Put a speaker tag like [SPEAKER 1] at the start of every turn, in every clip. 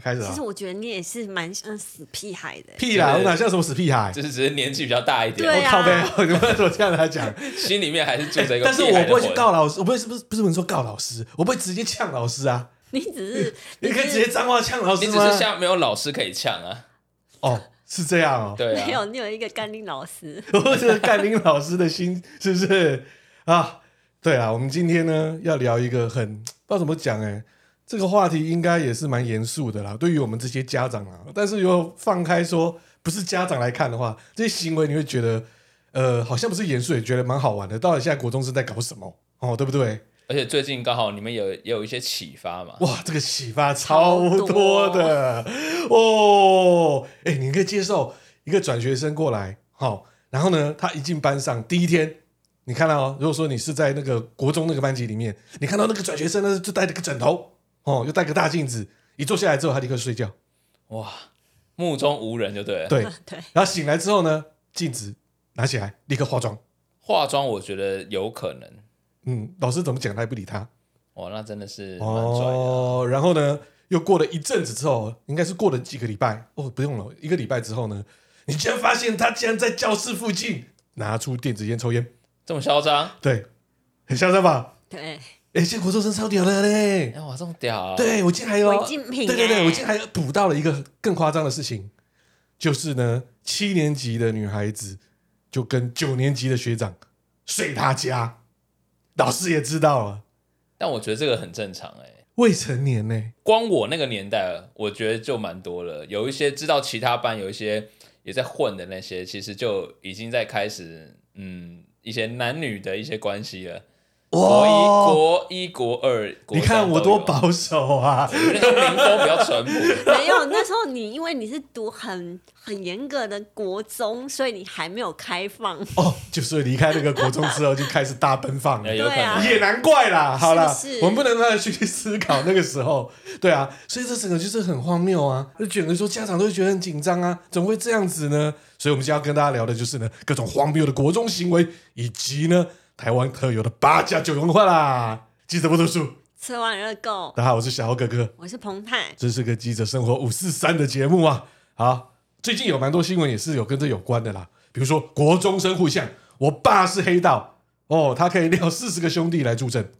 [SPEAKER 1] 开始
[SPEAKER 2] 其
[SPEAKER 1] 啊
[SPEAKER 2] 实，我觉得你也是蛮像死屁孩的欸，
[SPEAKER 1] 屁啦，
[SPEAKER 3] 就是
[SPEAKER 1] 我哪像什么死屁孩？
[SPEAKER 3] 就是只是年纪比较大一
[SPEAKER 2] 对
[SPEAKER 3] 点，
[SPEAKER 1] 我
[SPEAKER 2] 啊
[SPEAKER 1] 靠背，我怎么这样来讲？
[SPEAKER 3] 心里面还是住着一个
[SPEAKER 1] 但是
[SPEAKER 3] 屁
[SPEAKER 1] 我
[SPEAKER 3] 孩的
[SPEAKER 1] 不会去
[SPEAKER 3] 魂
[SPEAKER 1] 告老师，我不会是不是不是不能说告老师，我不会直接呛老师啊！
[SPEAKER 2] 你只是
[SPEAKER 1] 你可以
[SPEAKER 2] 只
[SPEAKER 1] 直
[SPEAKER 2] 是
[SPEAKER 1] 接脏话呛老
[SPEAKER 3] 你
[SPEAKER 1] 师
[SPEAKER 3] 只
[SPEAKER 1] 吗
[SPEAKER 3] 是？像没有老师可以呛啊，
[SPEAKER 1] 哦，是这样哦，
[SPEAKER 3] 对啊，
[SPEAKER 2] 没有，你有一个甘霖老师，
[SPEAKER 1] 我这是干林老师的心 是不是啊？对啊，我们今天呢要聊一个很不知道怎么讲哎、这个话题应该也是蛮严肃的啦，对于我们这些家长啊，但是如果放开说不是家长来看的话，这些行为你会觉得呃好像不是严肃，也觉得蛮好玩的。到底现在国中是在搞什么哦，对不对？
[SPEAKER 3] 而且最近刚好你们有也有一些启发嘛，
[SPEAKER 1] 哇，这个启发超多的哦！哎、你可以接受一个转学生过来，好、然后呢，他一进班上第一天，你看到、哦，如果说你是在那个国中那个班级里面，你看到那个转学生呢，就带着个枕头，哦，又带个大镜子，一坐下来之后，他立刻睡 觉，
[SPEAKER 3] 哇，目中无人就对了。
[SPEAKER 1] 对，
[SPEAKER 2] 对，
[SPEAKER 1] 然后醒来之后呢，镜子拿起来，立刻化妆，
[SPEAKER 3] 化妆我觉得有可能，
[SPEAKER 1] 嗯，老师怎么讲他也不理他，
[SPEAKER 3] 哇，那真的是蛮拽的。啊
[SPEAKER 1] 哦，然后呢，又过了一阵子之后，应该是过了几个礼拜，哦，不用了，一个礼拜之后呢，你竟然发现他竟然在教室附近拿出电子烟抽烟，
[SPEAKER 3] 这么嚣张？
[SPEAKER 1] 对，很嚣张吧？
[SPEAKER 2] 对，
[SPEAKER 1] 哎，现在国中生超屌的嘞！
[SPEAKER 3] 哎，哇，这么屌、啊！，
[SPEAKER 1] 对我竟然还有
[SPEAKER 2] 违禁品
[SPEAKER 1] 对对
[SPEAKER 2] 哎
[SPEAKER 1] 对，我竟然还有补到了一个更夸张的事情，就是呢，七年级的女孩子就跟九年级的学长睡他家，老师也知道了，
[SPEAKER 3] 但我觉得这个很正常哎、
[SPEAKER 1] 未成年呢、
[SPEAKER 3] 光我那个年代，我觉得就蛮多了。有一些知道其他班，有一些也在混的那些，其实就已经在开始，嗯，一些男女的一些关系了。国一、国一、国二，国
[SPEAKER 1] 你看
[SPEAKER 3] 三
[SPEAKER 1] 我
[SPEAKER 3] 都有
[SPEAKER 1] 多，保守 啊！
[SPEAKER 3] 我觉得民风比较淳朴。
[SPEAKER 2] 没有，那时候你因为你是读很很严格的国中，所以你还没有开放，
[SPEAKER 1] 哦，就是离开那个国中之后就开始大奔放了
[SPEAKER 3] 哎，有可
[SPEAKER 2] 对啊
[SPEAKER 3] 能
[SPEAKER 1] 也难怪啦。好啦，
[SPEAKER 2] 是
[SPEAKER 1] 我们不能让他去去思考那个时候，对啊，所以这整个就是很荒谬啊，就觉得说家长都会觉得很紧张啊，怎么会这样子呢？所以我们今天要跟大家聊的就是呢，各种荒谬的国中行为，以及呢台湾特有的八加九文化啦。记者不读书，
[SPEAKER 2] 吃完热狗，
[SPEAKER 1] 大家好，我是小欧哥哥。
[SPEAKER 2] 我是彭泰，
[SPEAKER 1] 这是个记者生活五四三的节目啊。好，最近有蛮多新闻也是有跟这有关的啦，比如说国中生互相，我爸是黑道哦，他可以撩 四十个兄弟来助阵，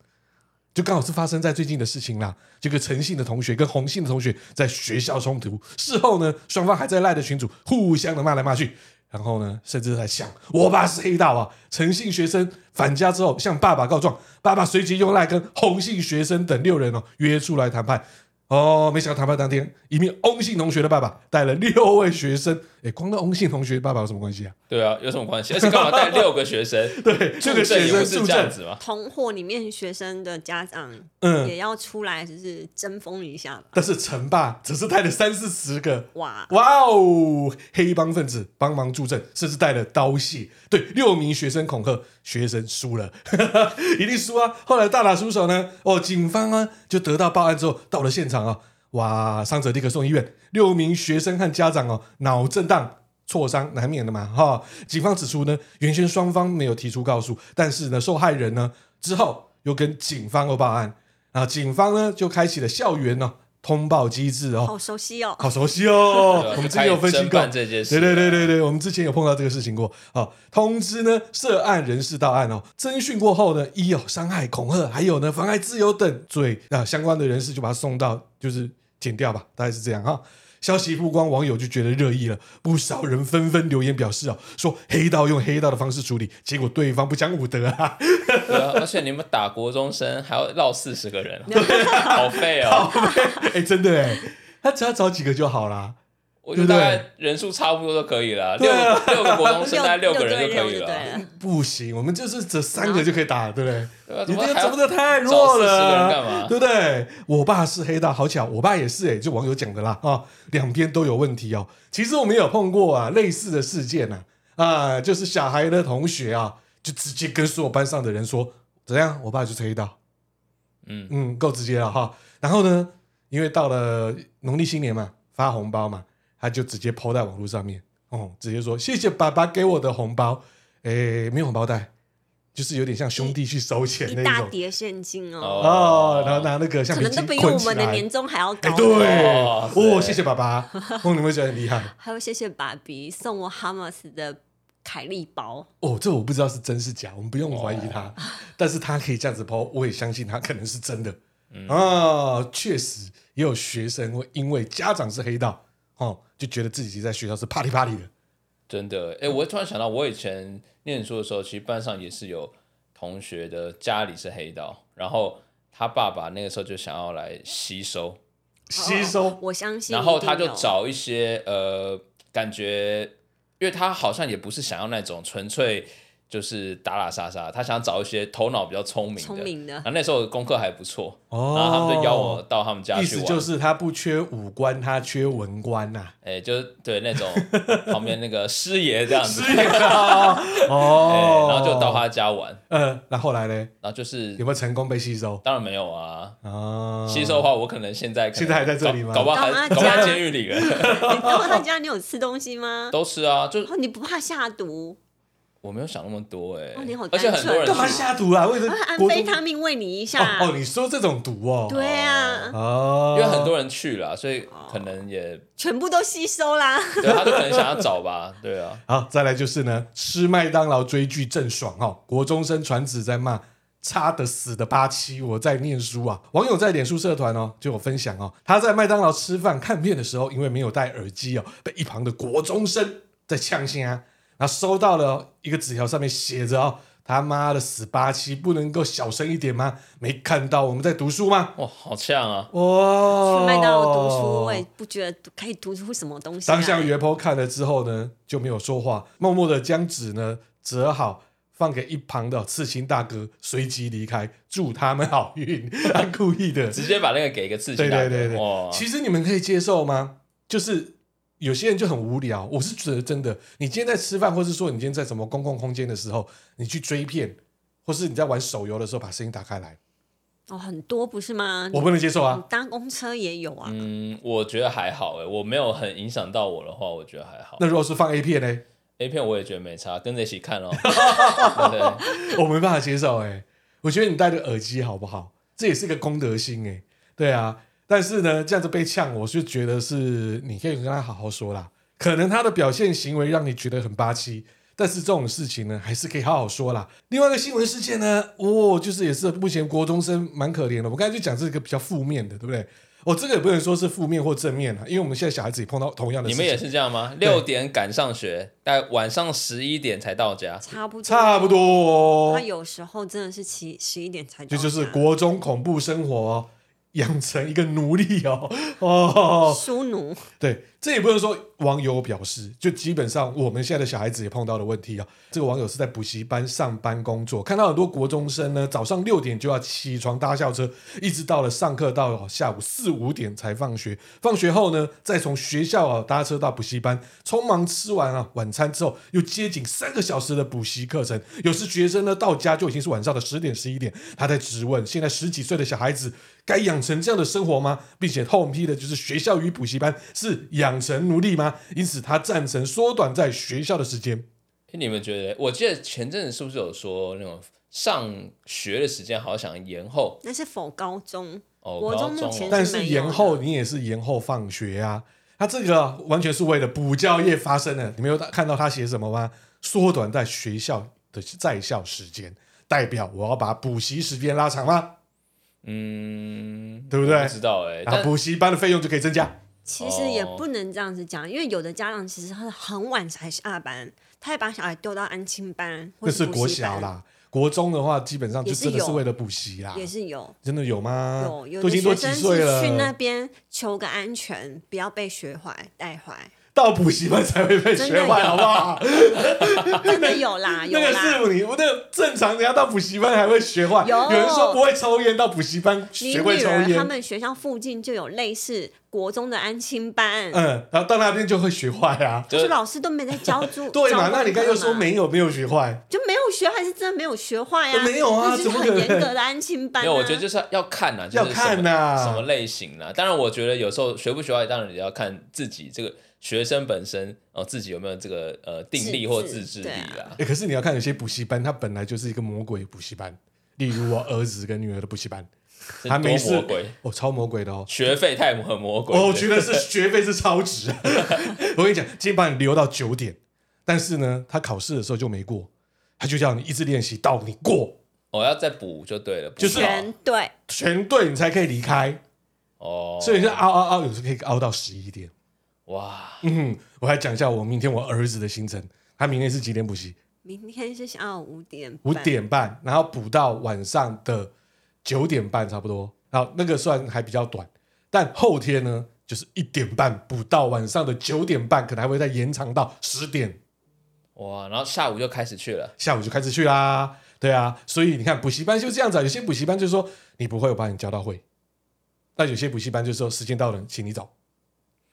[SPEAKER 1] 就刚好是发生在最近的事情啦。这个陈姓的同学跟洪姓的同学在学校冲突，事后呢，双方还在赖的群组互相的骂来骂去。然后呢，甚至在想，我爸是黑道啊！陈姓学生返家之后向爸爸告状，爸爸随即用赖跟洪姓学生等六人哦约出来谈判，哦，没想到谈判当天，一名翁姓同学的爸爸带了六位学生，哎，光那翁姓同学爸爸有什么关系啊？
[SPEAKER 3] 对啊，有什么关系？而且干嘛带六个学生？
[SPEAKER 1] 对，这个
[SPEAKER 3] 助阵
[SPEAKER 1] 学
[SPEAKER 3] 也不
[SPEAKER 1] 生
[SPEAKER 3] 是
[SPEAKER 1] 助
[SPEAKER 3] 这样
[SPEAKER 1] 阵，
[SPEAKER 3] 子吗？，
[SPEAKER 2] 同伙里面学生的家长也
[SPEAKER 1] 嗯，
[SPEAKER 2] 要出来，就是争锋一下吧。
[SPEAKER 1] 但是陈爸只是带了三四十个，
[SPEAKER 2] 哇，
[SPEAKER 1] 哇哦，黑帮分子帮忙助阵，甚至带了刀械，对六名学生恐吓，学生输了， 一定输啊！后来大打出手呢，哦，警方啊就得到报案之后到了现场啊，哇，伤者立刻送医院，六名学生和家长哦脑震荡。挫伤难免的嘛，哈、警方指出呢，原先双方没有提出告诉，但是呢，受害人呢之后又跟警方哦报案，啊，警方呢就开启了校园呢、通报机制哦，
[SPEAKER 2] 好熟悉哦，
[SPEAKER 1] 好熟悉哦我们之前有分析
[SPEAKER 3] 侦
[SPEAKER 1] 过
[SPEAKER 3] 办。这啊件事，
[SPEAKER 1] 对对对对对，我们之前有碰到这个事情过。哦，通知呢，涉案人士到案哦，侦讯过后呢，一有伤害、恐吓，还有呢妨碍自由等罪啊，相关的人士就把他送到，就是剪掉吧，大概是这样哈、消息曝光，网友就觉得热议了，不少人纷纷留言表示哦，说黑道用黑道的方式处理，结果对方不讲武德啊，
[SPEAKER 3] 对啊，而且你们打国中生还要绕四十个人， 好废哦！
[SPEAKER 1] 哎，真的哎，他只要找几个就好啦。
[SPEAKER 3] 我觉得大概人数差不多就可以了，六
[SPEAKER 1] 对啊
[SPEAKER 3] 个六个国中生
[SPEAKER 2] 六
[SPEAKER 3] 大概六个
[SPEAKER 2] 对
[SPEAKER 3] 人就可以
[SPEAKER 2] 就对
[SPEAKER 3] 了。啊
[SPEAKER 2] 了。
[SPEAKER 1] 不行，我们就是这三个就可以打，对不对？
[SPEAKER 3] 对啊，
[SPEAKER 1] 你
[SPEAKER 3] 怎么
[SPEAKER 1] 这
[SPEAKER 3] 还
[SPEAKER 1] 个
[SPEAKER 3] 要
[SPEAKER 1] 真的太弱
[SPEAKER 3] 找40个人干
[SPEAKER 1] 了，
[SPEAKER 3] 嘛
[SPEAKER 1] 对不对？我爸是黑道，好巧，我爸也是哎、就网友讲的啦啊、两边都有问题哦。其实我们有碰过啊类似的事件呐、啊，就是小孩的同学啊，就直接跟所有班上的人说，怎样，我爸就是黑道，
[SPEAKER 3] 嗯
[SPEAKER 1] 嗯，够直接了哈。然后呢，因为到了农历新年嘛，发红包嘛，他就直接抛在网络上面，哦、直接说谢谢爸爸给我的红包，诶，没有红包袋，就是有点像兄弟去收钱
[SPEAKER 2] 一
[SPEAKER 1] 那
[SPEAKER 2] 大
[SPEAKER 1] 种
[SPEAKER 2] 叠现金哦，
[SPEAKER 1] 嗯哦，然后拿那个橡
[SPEAKER 2] 可
[SPEAKER 1] 皮筋
[SPEAKER 2] 能都比
[SPEAKER 1] 捆
[SPEAKER 2] 我
[SPEAKER 1] 起
[SPEAKER 2] 们的
[SPEAKER 1] 来
[SPEAKER 2] 年终还要
[SPEAKER 1] 哎，
[SPEAKER 2] 高。
[SPEAKER 1] 对，
[SPEAKER 3] 哇塞
[SPEAKER 1] 哦，谢谢爸爸，哦，你们觉得很厉害
[SPEAKER 2] 还有谢谢爸比送我哈马斯的凯利包，
[SPEAKER 1] 哦，这我不知道是真是假，我们不
[SPEAKER 3] 哦
[SPEAKER 1] 用怀疑 他，但是他可以这样子抛，我也相信他可能是真的
[SPEAKER 3] 嗯
[SPEAKER 1] 啊。确实也有学生会因为家长是黑道哦，就觉得自己在学校是啪里啪
[SPEAKER 3] 哦
[SPEAKER 1] 里的，
[SPEAKER 3] 真的，哎、我突然想到，我以前念书的时候，其实班上也是有同学的家里是黑道，然后他爸爸那个时候就想要来吸收，
[SPEAKER 1] 吸
[SPEAKER 2] 哦
[SPEAKER 1] 收
[SPEAKER 2] 我相信。
[SPEAKER 3] 然后他就，找一些呃，感觉，因为他好像也不是想要那种纯粹就是打打杀杀，他想找一些头脑比较聪明的。
[SPEAKER 2] 聪明的
[SPEAKER 3] 然后那时候功课还不错，
[SPEAKER 1] 哦
[SPEAKER 3] 然后他们就邀我到他们家
[SPEAKER 1] 意
[SPEAKER 3] 去
[SPEAKER 1] 思
[SPEAKER 3] 玩，
[SPEAKER 1] 就是他不缺武官，他缺文官呐、
[SPEAKER 3] 哎、就是对那种 旁边那个师爷这样子，
[SPEAKER 1] 是啊，
[SPEAKER 3] 哎、
[SPEAKER 1] 哦，
[SPEAKER 3] 然后就到，他家玩，
[SPEAKER 1] 呃，那后来呢？
[SPEAKER 3] 然后就是
[SPEAKER 1] 有没有成功被吸收
[SPEAKER 3] 当然没有啊。
[SPEAKER 1] 啊？
[SPEAKER 3] 吸收的话，我可能现在可能
[SPEAKER 1] 现在还在这里吗
[SPEAKER 3] 搞搞不好
[SPEAKER 2] 到他
[SPEAKER 3] 还
[SPEAKER 2] 家
[SPEAKER 3] 搞不好在监狱里了。
[SPEAKER 2] 你到他家，你有吃东西吗？
[SPEAKER 3] 都是啊，就
[SPEAKER 2] 哦，你不怕下毒？
[SPEAKER 3] 我没有想那么多哎、
[SPEAKER 2] 哦你好
[SPEAKER 3] 而且很多人
[SPEAKER 1] 干
[SPEAKER 2] 单
[SPEAKER 1] 嘛
[SPEAKER 2] 纯
[SPEAKER 1] 下毒啊？为了
[SPEAKER 2] 我会安
[SPEAKER 1] 国
[SPEAKER 2] 非
[SPEAKER 1] 中
[SPEAKER 2] 他命喂你一下。
[SPEAKER 1] 哦哦，你说这种毒哦？
[SPEAKER 2] 对啊，
[SPEAKER 1] 哦，
[SPEAKER 3] 因为很多人去了，所以可能也
[SPEAKER 2] 全部都吸收啦。
[SPEAKER 3] 对他就可能想要找吧，对啊，
[SPEAKER 1] 好，再来就是呢，吃麦当劳追剧正爽哦。国中生传子在骂，差的死的八七，我在念书啊。网友在脸书社团哦就有分享哦，他在麦当劳吃饭看片的时候，因为没有戴耳机哦，被一旁的国中生在呛声啊。然后收到了一个纸条，上面写着哦，他妈的死八七，不能够小声一点吗？没看到我们在读书吗？
[SPEAKER 3] 哇，好呛啊！
[SPEAKER 1] 哦，
[SPEAKER 2] 去麦当劳读书，我也不觉得可以读出什么东西来。
[SPEAKER 1] 当下袁坡看了之后呢，就没有说话，默默的将纸呢折好，放给一旁的刺青大哥，随即离开，祝他们好运。 他故意的，
[SPEAKER 3] 直接把那个给一个刺
[SPEAKER 1] 对
[SPEAKER 3] 激大
[SPEAKER 1] 对
[SPEAKER 3] 哥，
[SPEAKER 1] 对对。
[SPEAKER 3] 哇，
[SPEAKER 1] 其实你们可以接受吗？就是有些人就很无聊，我是觉得真的，你今天在吃饭，或是说你今天在什么公共空间的时候，你去追片，或是你在玩手游的时候，把声音打开来，
[SPEAKER 2] 哦，很多不是吗？
[SPEAKER 1] 我不能接受啊。
[SPEAKER 2] 搭公车也有啊。
[SPEAKER 3] 嗯，我觉得还好哎、我没有很影响到我的话，我觉得还好
[SPEAKER 1] 那。如果是放 A 片呢？
[SPEAKER 3] A 片我也觉得没差，跟着一起 看哦。对不对
[SPEAKER 1] 我没办法接受哎、我觉得你戴着耳机好不好？这也是一个公德心哎、对啊。但是呢，这样子被呛，我是觉得是你可以跟他好好说啦。可能他的表现行为让你觉得很霸气，但是这种事情呢，还是可以好好说啦。另外一个新闻事件呢，哦，就是也是目前国中生蛮可怜的。我刚才就讲这个比较负面的，对不对？哦，这个也不能说是负面或正面啊，因为我们现在小孩子也碰到同样的
[SPEAKER 3] 你
[SPEAKER 1] 事情，
[SPEAKER 3] 们也是这样吗？六点赶上学，但晚上十一点才到家。
[SPEAKER 2] 差不多，
[SPEAKER 1] 差不多、哦。
[SPEAKER 2] 他有时候真的是七十一点才到
[SPEAKER 1] 这
[SPEAKER 2] 家，
[SPEAKER 1] 就是国中恐怖生活、哦、养成一个奴隶哦哦，
[SPEAKER 2] 匈奴，
[SPEAKER 1] 对，这也不是说网友表示，就基本上我们现在的小孩子也碰到的问题啊、这个网友是在补习班上班工作，看到很多国中生呢，早上六点就要起床搭校车，一直到了上课到下午四五点才放学。放学后呢，再从学校啊搭车到补习班，匆忙吃完啊晚餐之后，又接近三个小时的补习课程。有时学生呢到家就已经是晚上的十点十一点，他在质问现在十几岁的小孩子该养成这样的生活吗？并且痛批的就是学校与补习班是养成奴隶吗？因此他赞成缩短在学校的时间。
[SPEAKER 3] 诶你们觉得？我记得前阵子是不是有说那种上学的时间好像想延后？
[SPEAKER 2] 那是否高中？
[SPEAKER 3] 哦，
[SPEAKER 2] 国中目
[SPEAKER 3] 高
[SPEAKER 2] 前
[SPEAKER 3] 哦
[SPEAKER 1] 但
[SPEAKER 2] 是没
[SPEAKER 1] 是
[SPEAKER 2] 有啊
[SPEAKER 1] 延后你也是延后放学啊，他这个完全是为了补教业发生的。你没有看到他写什么吗？缩短在学校的在校时间，代表我要把补习时间拉长吗？
[SPEAKER 3] 嗯，
[SPEAKER 1] 对不对啊
[SPEAKER 3] 我知道哎、
[SPEAKER 1] 然后
[SPEAKER 3] 但
[SPEAKER 1] 补习班的费用就可以增加。
[SPEAKER 2] 其实也
[SPEAKER 1] 哦
[SPEAKER 2] 不能这样子讲，因为有的家长其实他很晚才下班，他也把小孩丢到安亲班或
[SPEAKER 1] 那是国
[SPEAKER 2] 补习班
[SPEAKER 1] 小，啦，国中的话基本上就
[SPEAKER 2] 也是
[SPEAKER 1] 真的是
[SPEAKER 2] 有
[SPEAKER 1] 为了补习啦。
[SPEAKER 2] 也是有。
[SPEAKER 1] 真的有吗？
[SPEAKER 2] 有有
[SPEAKER 1] 啊都
[SPEAKER 2] 的
[SPEAKER 1] 已经多
[SPEAKER 2] 学
[SPEAKER 1] 几
[SPEAKER 2] 生
[SPEAKER 1] 岁
[SPEAKER 2] 是去那
[SPEAKER 1] 了，
[SPEAKER 2] 边求个安全，不要被学坏带 坏，
[SPEAKER 1] 到补习班才会被
[SPEAKER 2] 真
[SPEAKER 1] 学
[SPEAKER 2] 的
[SPEAKER 1] 坏，
[SPEAKER 2] 有
[SPEAKER 1] 好不好？
[SPEAKER 2] 真的有啦有
[SPEAKER 1] 那个
[SPEAKER 2] 啦。
[SPEAKER 1] 是你，我那个正常人家到补习班还会学坏。
[SPEAKER 2] 有
[SPEAKER 1] 人说不会抽烟，到补习班
[SPEAKER 2] 你
[SPEAKER 1] 学会
[SPEAKER 2] 女
[SPEAKER 1] 抽
[SPEAKER 2] 儿他
[SPEAKER 1] 烟。
[SPEAKER 2] 们学校附近就有类似国中的安亲班，
[SPEAKER 1] 嗯，然后到那边就会学坏啊。，
[SPEAKER 2] 就是老师都没在教 猪
[SPEAKER 1] 对嘛？
[SPEAKER 2] 教
[SPEAKER 1] 那你刚又
[SPEAKER 2] 功课
[SPEAKER 1] 说
[SPEAKER 2] 嘛
[SPEAKER 1] 没有没有学坏，
[SPEAKER 2] 就没有学，还是真的没有学坏呀？
[SPEAKER 1] 没有啊
[SPEAKER 2] 那就是
[SPEAKER 1] 怎么可
[SPEAKER 2] 很
[SPEAKER 1] 能
[SPEAKER 2] 严格的安亲班啊。
[SPEAKER 3] 因为我觉得就是要看呐、就是
[SPEAKER 1] 要看啊
[SPEAKER 3] 呐、
[SPEAKER 1] 呐
[SPEAKER 3] 什么类型啦、当然，我觉得有时候学不学坏，当然也要看自己这个学生本身哦、自己有没有这个呃定力或
[SPEAKER 2] 自制啊
[SPEAKER 3] 自制力啦。
[SPEAKER 1] 欸可是你要看有些补习班，它本来就是一个魔鬼补习班，例如我儿子跟女儿的补习班，
[SPEAKER 3] 是
[SPEAKER 1] 还没
[SPEAKER 3] 多
[SPEAKER 1] 事
[SPEAKER 3] 魔鬼，
[SPEAKER 1] 哦，超魔鬼的哦。
[SPEAKER 3] 学费太魔魔鬼了。
[SPEAKER 1] 哦，我觉得是学费是超值。啊 我跟你讲，今天把你留到九点，但是呢，他考试的时候就没过，他就叫你一直练习到你过
[SPEAKER 3] 我、要再补就对了，补
[SPEAKER 1] 就是
[SPEAKER 3] 考
[SPEAKER 2] 全对，
[SPEAKER 1] 全对，你才可以离开。
[SPEAKER 3] 哦，
[SPEAKER 1] 所以就熬熬熬，有时候可以熬到十一点。
[SPEAKER 3] 哇，
[SPEAKER 1] 嗯，我还讲一下我明天我儿子的行程，他明天是几点补习？
[SPEAKER 2] 明天是下午五点半，
[SPEAKER 1] 五点半，然后补到晚上的九点半差不多。然后那个算还比较短，但后天呢，就是一点半补到晚上的九点半，可能还会再延长到十点，
[SPEAKER 3] 哇，然后下午就开始去了，
[SPEAKER 1] 下午就开始去啦。对啊，所以你看补习班就这样子、啊，有些补习班就是说你不会，我把你教到会；但有些补习班就是说时间到了，请你走。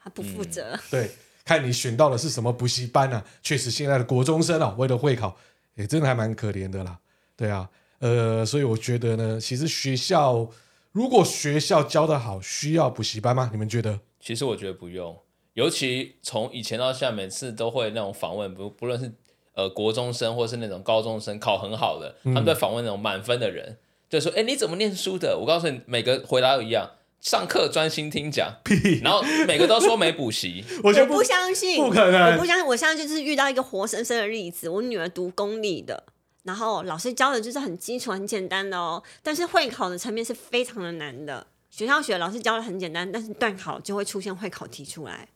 [SPEAKER 2] 他不负责，
[SPEAKER 1] 对，看你选到的是什么补习班啊。确实，现在的国中生啊，为了会考，也真的还蛮可怜的啦。对啊，呃，所以我觉得呢，其实学校如果学校教的好，需要补习班吗？你们觉得？
[SPEAKER 3] 其实我觉得不用，尤其从以前到现在，每次都会那种访问，不不论是呃国中生或是那种高中生考很好的，他们
[SPEAKER 1] 嗯
[SPEAKER 3] 在访问那种满分的人，就说：“哎，你怎么念书的？”我告诉你，每个回答都一样，上课专心听讲，
[SPEAKER 1] 屁！
[SPEAKER 3] 然后每个都说没补习，
[SPEAKER 1] 我就
[SPEAKER 2] 我不相信，
[SPEAKER 1] 不可能
[SPEAKER 2] 我不相信，我现在就是遇到一个活生生的例子，我女儿读公立的。然后老师教的就是很基础、很简单的哦，但是会考的层面是非常的难的。学校学老师教的很简单，但是段考就会出现会考题出来，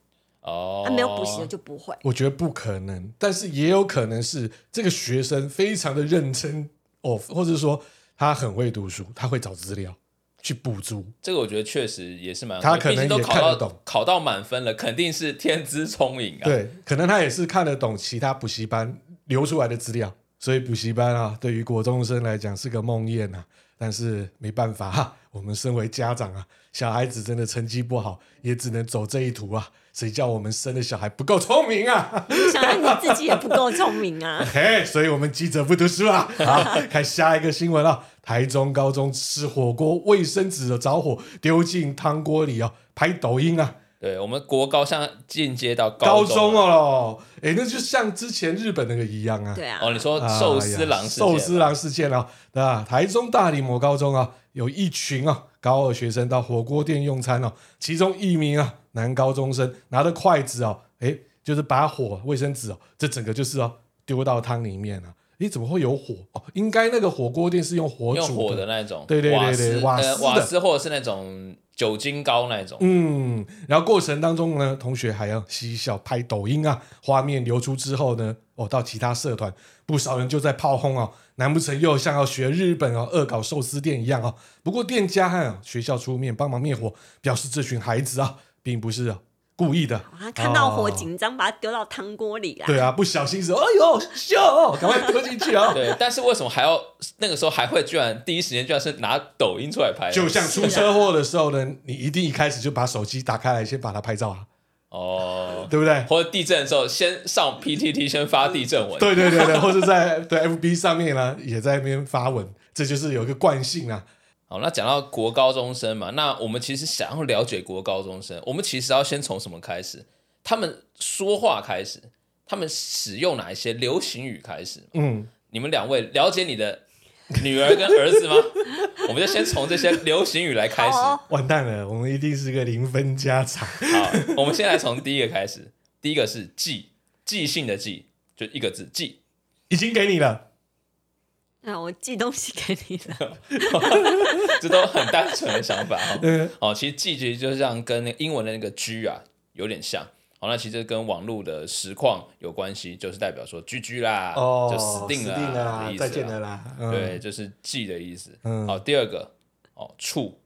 [SPEAKER 3] 哦
[SPEAKER 2] 他、，啊没有补习的就不会。
[SPEAKER 1] 我觉得不可能，但是也有可能是这个学生非常的认真哦，或者说他很会读书，他会找资料去补足。
[SPEAKER 3] 这个我觉得确实也是蛮，
[SPEAKER 1] 他可能
[SPEAKER 3] 毕竟都
[SPEAKER 1] 也
[SPEAKER 3] 考
[SPEAKER 1] 看得
[SPEAKER 3] 到
[SPEAKER 1] 懂
[SPEAKER 3] 考到满分了，肯定是天资聪颖啊。
[SPEAKER 1] 对，可能他也是看得懂其他补习班流出来的资料，所以补习班啊，对于国中生来讲是个梦魇啊。但是没办法、啊，我们身为家长啊，小孩子真的成绩不好，也只能走这一途啊。谁叫我们生的小孩不够聪明啊？！
[SPEAKER 2] 想让你自己也不够聪明啊
[SPEAKER 1] 嘿，所以我们记者不读书啊。好，看下一个新闻啊，台中高中吃火锅，卫生纸的着火丢进汤锅里哦，拍抖音啊。
[SPEAKER 3] 对，我们国高像进阶到
[SPEAKER 1] 高
[SPEAKER 3] 中
[SPEAKER 1] 中
[SPEAKER 3] 了。
[SPEAKER 1] 哦，哎，那就像之前日本那个一样啊。
[SPEAKER 2] 对啊，
[SPEAKER 3] 哦，你说
[SPEAKER 1] 哎呀
[SPEAKER 3] 寿司郎事件
[SPEAKER 1] 寿司郎事件啊，那台中大理某高中啊，有一群啊高二学生到火锅店用餐哦、其中一名啊男高中生拿着筷子哦、诶，就是把火卫生纸哦、这整个就是哦、丢到汤里面啊，诶，怎么会有火？哦，应该那个火锅店是用火
[SPEAKER 3] 用
[SPEAKER 1] 煮
[SPEAKER 3] 火的那种，
[SPEAKER 1] 对对对
[SPEAKER 3] 瓦
[SPEAKER 1] 对
[SPEAKER 3] 斯
[SPEAKER 1] 瓦
[SPEAKER 3] 呃
[SPEAKER 1] 斯的
[SPEAKER 3] 瓦斯或者是那种酒精膏 那种，
[SPEAKER 1] 嗯，然后过程当中呢，同学还要嬉笑拍抖音啊，画面流出之后呢，哦，到其他社团，不少人就在炮轰哦，难不成又像要学日本哦恶搞寿司店一样哦？不过店家和、哦学校出面帮忙灭火，表示这群孩子啊，并不是、啊故意的，
[SPEAKER 2] 他看到火
[SPEAKER 1] 哦
[SPEAKER 2] 紧张，把它丢到汤锅里啊。
[SPEAKER 1] 对啊，不小心是，哎呦，秀，赶快丢进去啊、哦！
[SPEAKER 3] 对。但是为什么还要那个时候还会居然第一时间居然是拿抖音出来拍啊？
[SPEAKER 1] 就像出车祸的时候呢，你一定一开始就把手机打开来，先把它拍照啊，
[SPEAKER 3] 哦，
[SPEAKER 1] 对不对？
[SPEAKER 3] 或者地震的时候先上 PTT 先发地震文，
[SPEAKER 1] 对对对 对，或者在对 FB 上面呢、也在那边发文，这就是有一个惯性啊。
[SPEAKER 3] 好，那讲到国高中生嘛，那我们其实想要了解国高中生，我们其实要先从什么开始？他们说话开始，他们使用哪一些流行语开始？
[SPEAKER 1] 嗯，
[SPEAKER 3] 你们两位了解你的女儿跟儿子吗？我们就先从这些流行语来开始。
[SPEAKER 2] 好
[SPEAKER 3] 好
[SPEAKER 2] 哦，
[SPEAKER 1] 完蛋了，我们一定是个零分家长。
[SPEAKER 3] 我们先来从第一个开始。第一个是记，记性的记，就一个字记。
[SPEAKER 1] 已经给你了，
[SPEAKER 2] 那我寄东西给你了。
[SPEAKER 3] 这都很单纯的想法哦。
[SPEAKER 1] 嗯，
[SPEAKER 3] 哦，其实记其实就像跟那个英文的那个 G 啊有点像。好，那其实跟网络的实况有关系，就是代表说 GG 啦，
[SPEAKER 1] 哦，
[SPEAKER 3] 就死定了啊，
[SPEAKER 1] 定
[SPEAKER 3] 的
[SPEAKER 1] 啦
[SPEAKER 3] 意，思
[SPEAKER 1] 再见
[SPEAKER 3] 啦
[SPEAKER 1] 了啦。嗯
[SPEAKER 3] 对，，就是记的意思。
[SPEAKER 1] 嗯
[SPEAKER 3] 好，第二个哦，触，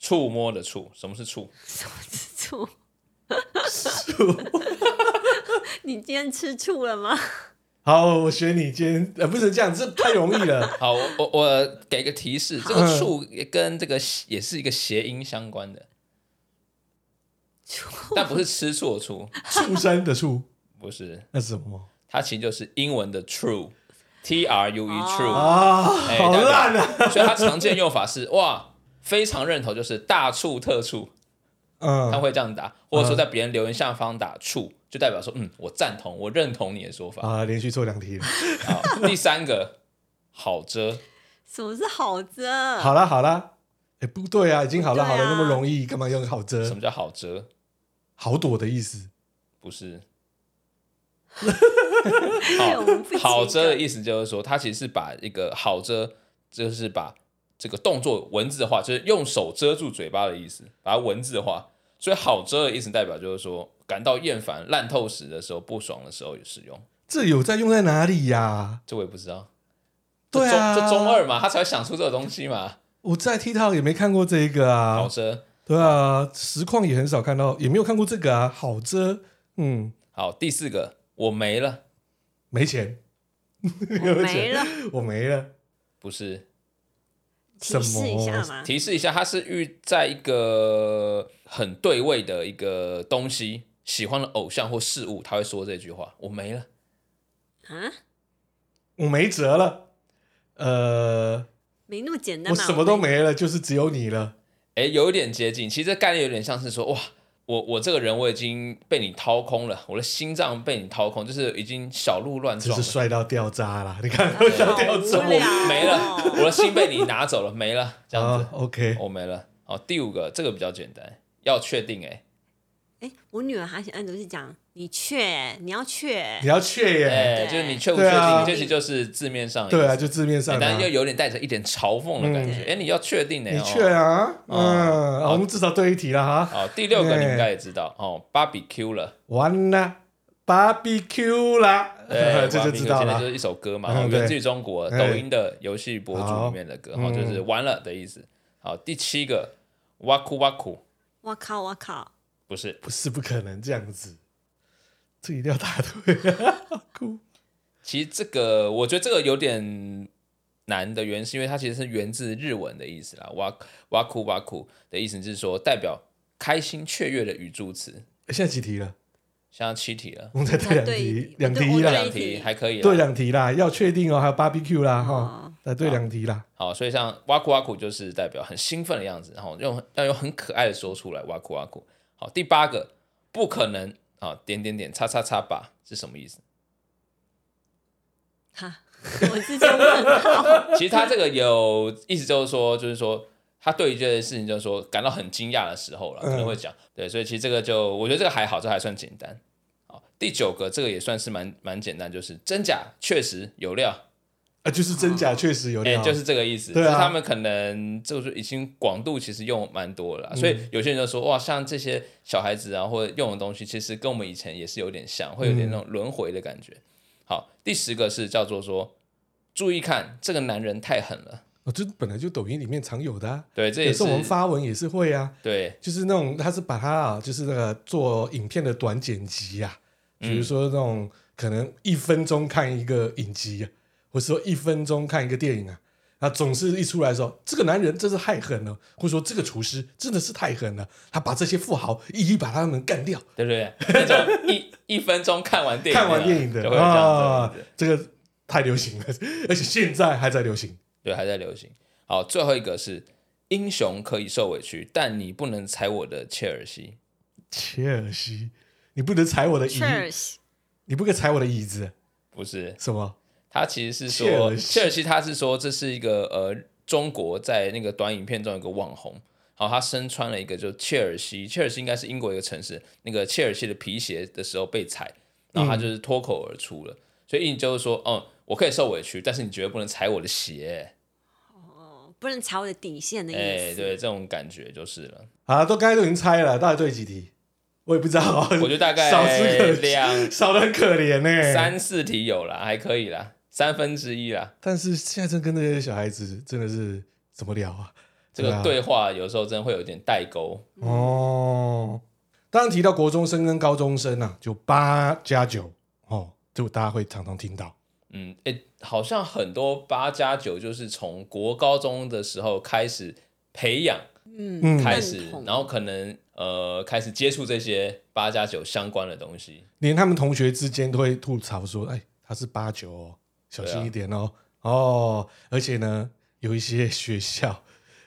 [SPEAKER 3] 触摸的触，什么是触？
[SPEAKER 2] 什么吃醋？ 你今天吃醋了吗？
[SPEAKER 1] 好，我选你今天，呃，不是这样，这太容易 了。
[SPEAKER 3] 好，我我我给 个提示，这个“触”跟这个也是一个谐音相关的，但不是吃错处，
[SPEAKER 1] 畜生的畜，
[SPEAKER 3] 不是，
[SPEAKER 1] 那是什么
[SPEAKER 3] 它其实就是英文的 true，T R U E
[SPEAKER 2] 哦
[SPEAKER 3] true，、
[SPEAKER 1] 啊？
[SPEAKER 3] 哎
[SPEAKER 1] 好烂啊！
[SPEAKER 3] 所以它常见用法是哇，非常认头就是大处特处，他
[SPEAKER 1] 嗯
[SPEAKER 3] 会这样打，或者说在别人留言下方打处，就代表说嗯，我赞同，我认同你的说法。
[SPEAKER 1] 啊，连续错两题了。
[SPEAKER 3] 好，第三个好遮，
[SPEAKER 2] 什么是好啊遮？
[SPEAKER 1] 好啦好啦，哎，不对啊，已经好了好了，
[SPEAKER 2] 对啊
[SPEAKER 1] 那么容易，干嘛用好
[SPEAKER 3] 什
[SPEAKER 1] 遮
[SPEAKER 3] 么？叫好遮？
[SPEAKER 1] 好躲的意思。
[SPEAKER 3] 不是。
[SPEAKER 2] 哎我们不及格
[SPEAKER 3] 好遮的意思就是说，它其实是把一个好遮，就是把这个动作文字化，就是用手遮住嘴巴的意思，把它文字化。所以好遮的意思代表就是说，感到厌烦、烂透时的时候、不爽的时候也使用。
[SPEAKER 1] 这有在用在哪里呀、
[SPEAKER 3] 这我也不知道。这
[SPEAKER 1] 对啊，
[SPEAKER 3] 中这中二嘛，他才会想出这个东西嘛。
[SPEAKER 1] 我在 TikTok 也没看过这一个
[SPEAKER 3] 好
[SPEAKER 1] 啊，
[SPEAKER 3] 遮，
[SPEAKER 1] 对啊，实况也很少看到，也没有看过这个啊，好遮，嗯，
[SPEAKER 3] 好，第四个，我没了，
[SPEAKER 1] 没钱，
[SPEAKER 2] 我没了，
[SPEAKER 1] 我没了，
[SPEAKER 3] 不是。
[SPEAKER 1] 什
[SPEAKER 2] 提
[SPEAKER 1] 么
[SPEAKER 2] 示一下嘛。
[SPEAKER 3] 提示一下，它是遇在一个很对位的一个东西，喜欢的偶像或事物，他会说这句话：“我没了。
[SPEAKER 2] 啊，
[SPEAKER 1] 我没辙了，呃，
[SPEAKER 2] 没那么简单
[SPEAKER 1] 我
[SPEAKER 2] 嘛。
[SPEAKER 1] 什么都没了，就是只有你了，”
[SPEAKER 3] 哎，有一点接近，其实这概念有点像是说：“哇，我我这个人我已经被你掏空了，我的心脏被你掏空，就是已经小鹿乱
[SPEAKER 1] 就
[SPEAKER 3] 撞
[SPEAKER 1] 是
[SPEAKER 3] 了，
[SPEAKER 1] 帅到掉渣啦，你 看
[SPEAKER 2] 好无
[SPEAKER 1] 笑掉
[SPEAKER 2] 聊
[SPEAKER 1] 渣
[SPEAKER 2] 哦，
[SPEAKER 3] 我没了，我的心被你拿走了，没了，这样子
[SPEAKER 1] 啊，，OK，
[SPEAKER 3] 我、没了。”哦，第五个这个比较简单，要确定哎
[SPEAKER 2] 哎，我女儿她现在都是讲你确，你要确
[SPEAKER 1] 你，要确耶，
[SPEAKER 3] 哎，
[SPEAKER 2] 对
[SPEAKER 3] 就是你确不确
[SPEAKER 1] 对
[SPEAKER 3] 定，
[SPEAKER 1] 啊
[SPEAKER 3] 这其实就是字面上的意思
[SPEAKER 1] 对啊，就字面上
[SPEAKER 3] 哎
[SPEAKER 1] 的
[SPEAKER 3] 但
[SPEAKER 1] 啊、
[SPEAKER 3] 又有点带着一点嘲讽的感觉。哎、你要确定呢、
[SPEAKER 1] 你
[SPEAKER 3] 哦？
[SPEAKER 1] 确啊，
[SPEAKER 3] 哦
[SPEAKER 1] 嗯，
[SPEAKER 3] 好
[SPEAKER 1] 我们至少对一题了哈，
[SPEAKER 3] 哦，第六个你
[SPEAKER 1] 哎
[SPEAKER 3] 应该也知道哦 ，barbecue 了，
[SPEAKER 1] 完了，barbecue 啦，，
[SPEAKER 3] 对
[SPEAKER 1] 这就知道
[SPEAKER 3] 哎现在
[SPEAKER 1] 了
[SPEAKER 3] 就。是一首歌嘛，
[SPEAKER 1] 嗯
[SPEAKER 3] 哦
[SPEAKER 1] 对
[SPEAKER 3] 源自于中国
[SPEAKER 1] 哎
[SPEAKER 3] 抖音的游戏博主
[SPEAKER 1] 好
[SPEAKER 3] 里面的歌，哦，
[SPEAKER 1] 嗯
[SPEAKER 3] 就是完了的意思。好，第七个哇酷哇酷，
[SPEAKER 2] 我靠，我靠，
[SPEAKER 3] 不是
[SPEAKER 1] 不是不可能这样子，这一定要答对、啊，哭
[SPEAKER 3] 其实这个我觉得这个有点难的原因，是因为它其实是源自日文的意思啦。哇哇酷哇酷的意思就是说代表开心雀跃的语助词。
[SPEAKER 1] 现在几题了？
[SPEAKER 3] 像七题了，
[SPEAKER 1] 我们才对两题，两题
[SPEAKER 2] 啊对
[SPEAKER 3] 这
[SPEAKER 1] 啦
[SPEAKER 2] 我对，
[SPEAKER 3] 两题还可以啦，
[SPEAKER 1] 对两题啦，要确定哦，还有 barbecue 啦，哈
[SPEAKER 2] 哦，
[SPEAKER 1] 才对两题啦，
[SPEAKER 3] 好，所以像哇酷哇酷就是代表很兴奋的样子，然后用要用很可爱的说出来哇酷哇酷。好，第八个不可能啊，点点点，叉叉叉吧是什么意思？
[SPEAKER 2] 哈，我直接问 号，
[SPEAKER 3] 其实他这个有意思，就是说，就是说他对于这件事情，就是说感到很惊讶的时候了，
[SPEAKER 1] 嗯
[SPEAKER 3] 可能会讲、对，所以其实这个就我觉得这个还好，这还算简单。好，第九个这个也算是蛮蛮简单，就是真假确实有料，
[SPEAKER 1] 啊，就是真假确实有
[SPEAKER 3] 哎、
[SPEAKER 1] 点好，
[SPEAKER 3] 就是这个意思。
[SPEAKER 1] 对啊
[SPEAKER 3] 就是他们可能就是已经广度其实用蛮多了啦、所以
[SPEAKER 1] 嗯
[SPEAKER 3] 有些人就说哇，像这些小孩子啊，或者用的东西，其实跟我们以前也是有点像，会有
[SPEAKER 1] 嗯
[SPEAKER 3] 点那种轮回的感觉。好，第十个是叫做说，注意看这个男人太狠了。
[SPEAKER 1] 哦这本来就抖音里面常有的、啊，
[SPEAKER 3] 对，这
[SPEAKER 1] 有
[SPEAKER 3] 也
[SPEAKER 1] 时
[SPEAKER 3] 是
[SPEAKER 1] 候我们发文也是会啊，
[SPEAKER 3] 对
[SPEAKER 1] 就是那种他是把它啊，就是那个做影片的短剪辑啊，
[SPEAKER 3] 嗯
[SPEAKER 1] 比如说那种可能一分钟看一个影集啊，或者说一分钟看一个电影啊，那总是一出来的时候，这个男人真是太狠了，或者说这个厨师真的是太狠了，他把这些富豪一一把他们干掉。
[SPEAKER 3] 对对对，那种一一分钟看完电影，啊
[SPEAKER 1] 看完电影的
[SPEAKER 3] 就会有这样
[SPEAKER 1] 啊
[SPEAKER 3] 子、，
[SPEAKER 1] 这个太流行了， 而且现在还在流行。
[SPEAKER 3] 对，还在流行。好，最后一个是英雄可以受委屈，但你不能踩我的切尔西。
[SPEAKER 1] 切尔西，你不能踩我的椅
[SPEAKER 2] 确，实
[SPEAKER 1] 你不可以踩我的椅子，
[SPEAKER 3] 不是，
[SPEAKER 1] 什么？
[SPEAKER 3] 他其实是
[SPEAKER 1] 切
[SPEAKER 3] 说
[SPEAKER 1] 尔西
[SPEAKER 3] 切尔西，他是说这是一个呃中国在那个短影片中有个网红，好，他身穿了一个就切尔西，切尔西应该是英国一个城市，那个切尔西的皮鞋的时候被踩，然
[SPEAKER 1] 嗯
[SPEAKER 3] 后他就是脱口而出了，所以意思就是说，嗯，我可以受委屈，但是你绝对不能踩我的鞋，
[SPEAKER 2] 哦，不能踩我的底线的
[SPEAKER 3] 哎、
[SPEAKER 2] 意
[SPEAKER 3] 对，
[SPEAKER 2] 思。
[SPEAKER 3] 这种感觉就是 了。
[SPEAKER 1] 啊，都刚才都已经猜了，到底对几题？我也不知道，哦
[SPEAKER 3] 我觉得大概
[SPEAKER 1] 少之可 哎
[SPEAKER 3] 两
[SPEAKER 1] 少的很可怜呢、
[SPEAKER 3] 三四题有啦，还可以啦，三分之一啦。
[SPEAKER 1] 但是现在真跟这些小孩子真的是怎么聊啊？
[SPEAKER 3] 这个
[SPEAKER 1] 啊
[SPEAKER 3] 对话有时候真的会有点代沟，
[SPEAKER 1] 哦。当然提到国中生跟高中生啊，就八加九哦，就大家会常常听到。
[SPEAKER 3] 嗯，诶，好像很多八加九就是从国高中的时候开始培养
[SPEAKER 2] 嗯
[SPEAKER 3] 开
[SPEAKER 2] 认
[SPEAKER 3] 始
[SPEAKER 2] 同，
[SPEAKER 3] 然后可能呃开始接触这些八加九相关的东西。
[SPEAKER 1] 连他们同学之间都会吐槽说：“哎，他是八九哦，小心一点哦。哦，而且呢，有一些学校，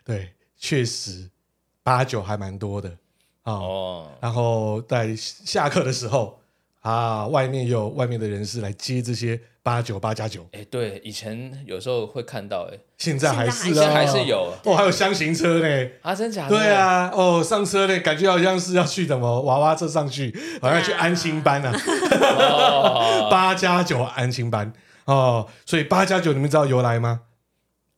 [SPEAKER 1] 对，确实八九还蛮多的哦。
[SPEAKER 3] 哦，
[SPEAKER 1] 然后在下课的时候啊，外面有外面的人士来接这些八九八加九，
[SPEAKER 3] 哎、对，以前有时候会看到、哎，
[SPEAKER 1] 现在还是
[SPEAKER 2] 现
[SPEAKER 3] 现
[SPEAKER 1] 啊，
[SPEAKER 3] 在还是有
[SPEAKER 1] 哦，还有箱型车呢。
[SPEAKER 3] 啊，真假的？
[SPEAKER 1] 对，啊，哦，上车呢，感觉好像是要去什么娃娃车上去，好像去安心班啊。
[SPEAKER 3] 哦，
[SPEAKER 1] 八加九安心班哦，所以八加九你们知道由来吗？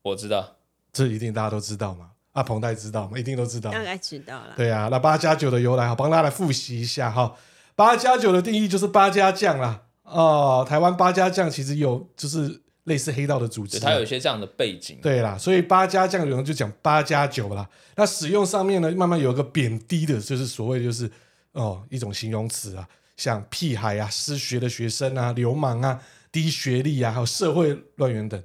[SPEAKER 3] 我知道。
[SPEAKER 1] 这一定大家都知道嘛，啊，彭代知道嘛，一定都知道。
[SPEAKER 2] 大概知道了。
[SPEAKER 1] 对啊，那八加九的由来，好，帮大家来复习一下哈。八加九的定义就是八家将啦，哦，台湾八家将其实有就是类似黑道的组织
[SPEAKER 3] 对，
[SPEAKER 1] 啊，
[SPEAKER 3] 它有一些这样的背景。
[SPEAKER 1] 对啦，所以八加酱有人就讲八加九啦。那使用上面呢，慢慢有一个贬低的，就是所谓就是哦一种形容词啊，像屁孩啊、失学的学生啊、流氓啊、低学历啊，还有社会乱源等，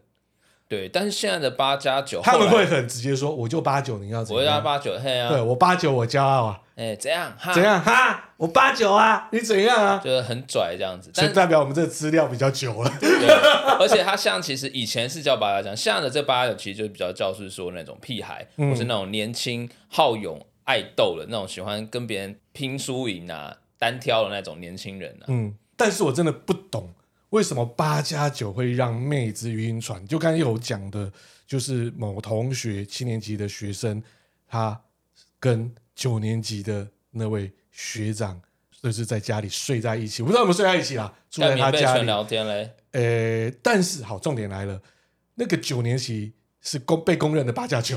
[SPEAKER 3] 对，但是现在的八加九，
[SPEAKER 1] 他们
[SPEAKER 3] 后
[SPEAKER 1] 会
[SPEAKER 3] 来
[SPEAKER 1] 很直接说，我就八九，你要怎
[SPEAKER 3] 我
[SPEAKER 1] 样？
[SPEAKER 3] 要八九，嘿
[SPEAKER 1] 对
[SPEAKER 3] 啊，
[SPEAKER 1] 我八九，我骄傲啊，
[SPEAKER 3] 哎，怎样？哈
[SPEAKER 1] 怎？样哈？我八九啊，你怎样啊？
[SPEAKER 3] 就是很拽这样子，
[SPEAKER 1] 所
[SPEAKER 3] 但
[SPEAKER 1] 以代表我们这个资料比较久了，
[SPEAKER 3] 对，而且他像其实以前是叫八加九，现在的这八加九其实就是比较教是说那种屁孩，
[SPEAKER 1] 嗯
[SPEAKER 3] 或是那种年轻好勇爱斗的那种，喜欢跟别人拼输赢啊、单挑的那种年轻人啊。
[SPEAKER 1] 嗯，但是我真的不懂为什么八加九会让妹子晕船。就刚才有讲的，就是某同学七年级的学生，他跟九年级的那位学长，就是在家里睡在一起。我不知道有没有睡在一起啦，住
[SPEAKER 3] 在
[SPEAKER 1] 在
[SPEAKER 3] 棉
[SPEAKER 1] 他
[SPEAKER 3] 被
[SPEAKER 1] 家
[SPEAKER 3] 圈
[SPEAKER 1] 里。
[SPEAKER 3] 聊天嘞，
[SPEAKER 1] 呃，但是好，重点来了，那个九年级是公被公认的八加九。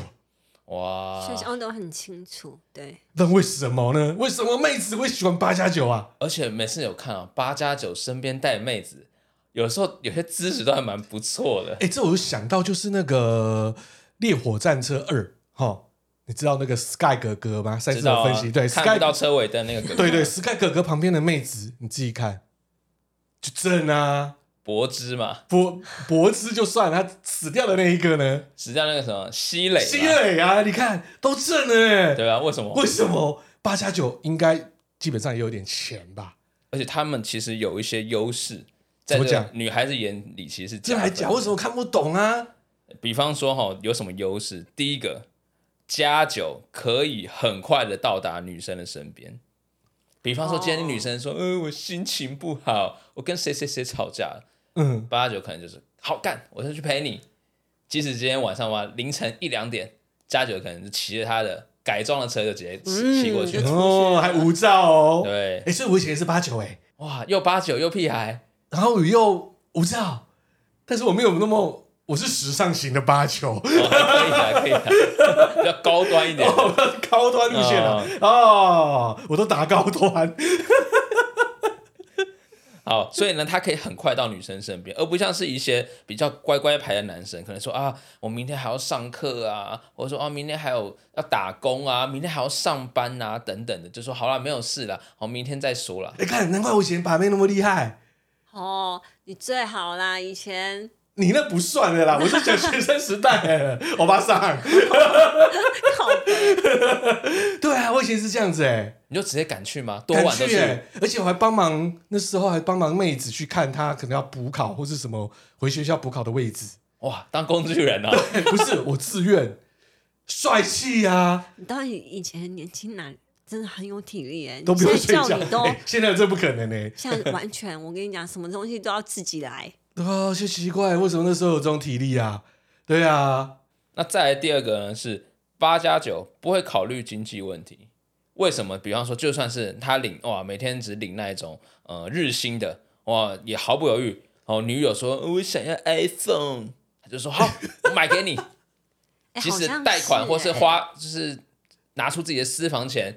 [SPEAKER 3] 哇！
[SPEAKER 2] 学哦校都很清楚，对，
[SPEAKER 1] 但为什么呢？为什么妹子会喜欢八加九啊？
[SPEAKER 3] 而且每次有看啊，八加九身边带妹子，有时候有些姿势都还蛮不错的。
[SPEAKER 1] 哎、这我就想到就是那个《烈火战车二》哈，你知道那个 Sky 哥哥吗？赛
[SPEAKER 3] 知
[SPEAKER 1] 事
[SPEAKER 3] 道
[SPEAKER 1] 有
[SPEAKER 3] 啊
[SPEAKER 1] 分析，对
[SPEAKER 3] 看
[SPEAKER 1] Sky
[SPEAKER 3] 不到车尾灯那个梗，
[SPEAKER 1] 对对 Sky 哥哥旁边的妹子，你自己看，就正啊，
[SPEAKER 3] 柏芝嘛，
[SPEAKER 1] 博博之就算了，他死掉的那一个呢，
[SPEAKER 3] 实际上那个什么西磊嘛，
[SPEAKER 1] 西磊啊，你看都正了、欸，
[SPEAKER 3] 对啊，为什么？
[SPEAKER 1] 为什么八加九应该基本上也有点钱吧？
[SPEAKER 3] 而且他们其实有一些优势，在
[SPEAKER 1] 怎么
[SPEAKER 3] 这
[SPEAKER 1] 讲
[SPEAKER 3] 个女孩子眼里其实是
[SPEAKER 1] 这
[SPEAKER 3] 加
[SPEAKER 1] 还
[SPEAKER 3] 分的
[SPEAKER 1] 讲为什么看不懂啊？
[SPEAKER 3] 比方说哈、有什么优势？第一个，加九可以很快的到达女生的身边。比方说，今天女生说：“嗯、我心情不好，我跟谁谁谁吵架了。”
[SPEAKER 1] 嗯，
[SPEAKER 3] 八九可能就是好干，我就去陪你。即使今天晚上哇凌晨一两点，加九可能就骑着他的改装的车就直接骑骑过去。
[SPEAKER 2] 嗯就
[SPEAKER 1] 哦，还无照哦，
[SPEAKER 3] 对
[SPEAKER 1] 哎、，所以我以前也是八九哎。
[SPEAKER 3] 哇，又八九又屁孩，
[SPEAKER 1] 然后我又我不知道，但是我没有那么我是时尚型的八九，
[SPEAKER 3] 哦还可以啊，可以啊，比较高端一点。
[SPEAKER 1] 哦高端路线啊，哦，我都打高端，
[SPEAKER 3] 好，所以呢，他可以很快到女生身边，而不像是一些比较乖乖牌的男生，可能说啊，我明天还要上课啊，或者说啊，明天还有要打工啊，明天还要上班啊，等等的，就说好啦，没有事啦，好，明天再说啦。
[SPEAKER 1] 你、看难怪我以前把妹那么厉害，
[SPEAKER 2] 哦，你最好啦，以前
[SPEAKER 1] 你那不算的啦，我是讲学生时代的欧巴桑，
[SPEAKER 2] 靠
[SPEAKER 1] 对啊，我以前是这样子哎、
[SPEAKER 3] 你就直接赶去吗？多
[SPEAKER 1] 敢
[SPEAKER 3] 晚都
[SPEAKER 1] 去
[SPEAKER 3] 去。
[SPEAKER 1] 哎、而且我还帮忙那时候还帮忙妹子去看她可能要补考或是什么回学校补考的位置，
[SPEAKER 3] 哇，当工具人啊！
[SPEAKER 1] 哎不是我自愿，帅气啊，
[SPEAKER 2] 你到底以前年轻男真的很有体力哎，
[SPEAKER 1] 都不用
[SPEAKER 2] 你
[SPEAKER 1] 睡
[SPEAKER 2] 现
[SPEAKER 1] 觉
[SPEAKER 2] 在叫你，都
[SPEAKER 1] 哎现在这不可能哎、
[SPEAKER 2] 现在完全，我跟你讲，什么东西都要自己来。
[SPEAKER 1] 对啊，就奇怪，为什么那时候有这种体力啊？对啊，
[SPEAKER 3] 那再来第二个呢是八加九不会考虑经济问题，为什么？比方说，就算是他领哇，每天只领那一种呃日薪的哇，也毫不犹豫哦。女友说、呃我想要 iPhone，他就说好，我买给你。
[SPEAKER 2] 哎
[SPEAKER 3] 即
[SPEAKER 2] 好
[SPEAKER 3] 使
[SPEAKER 2] 像
[SPEAKER 3] 贷款或是
[SPEAKER 2] 哎
[SPEAKER 3] 花，就是拿出自己的私房钱，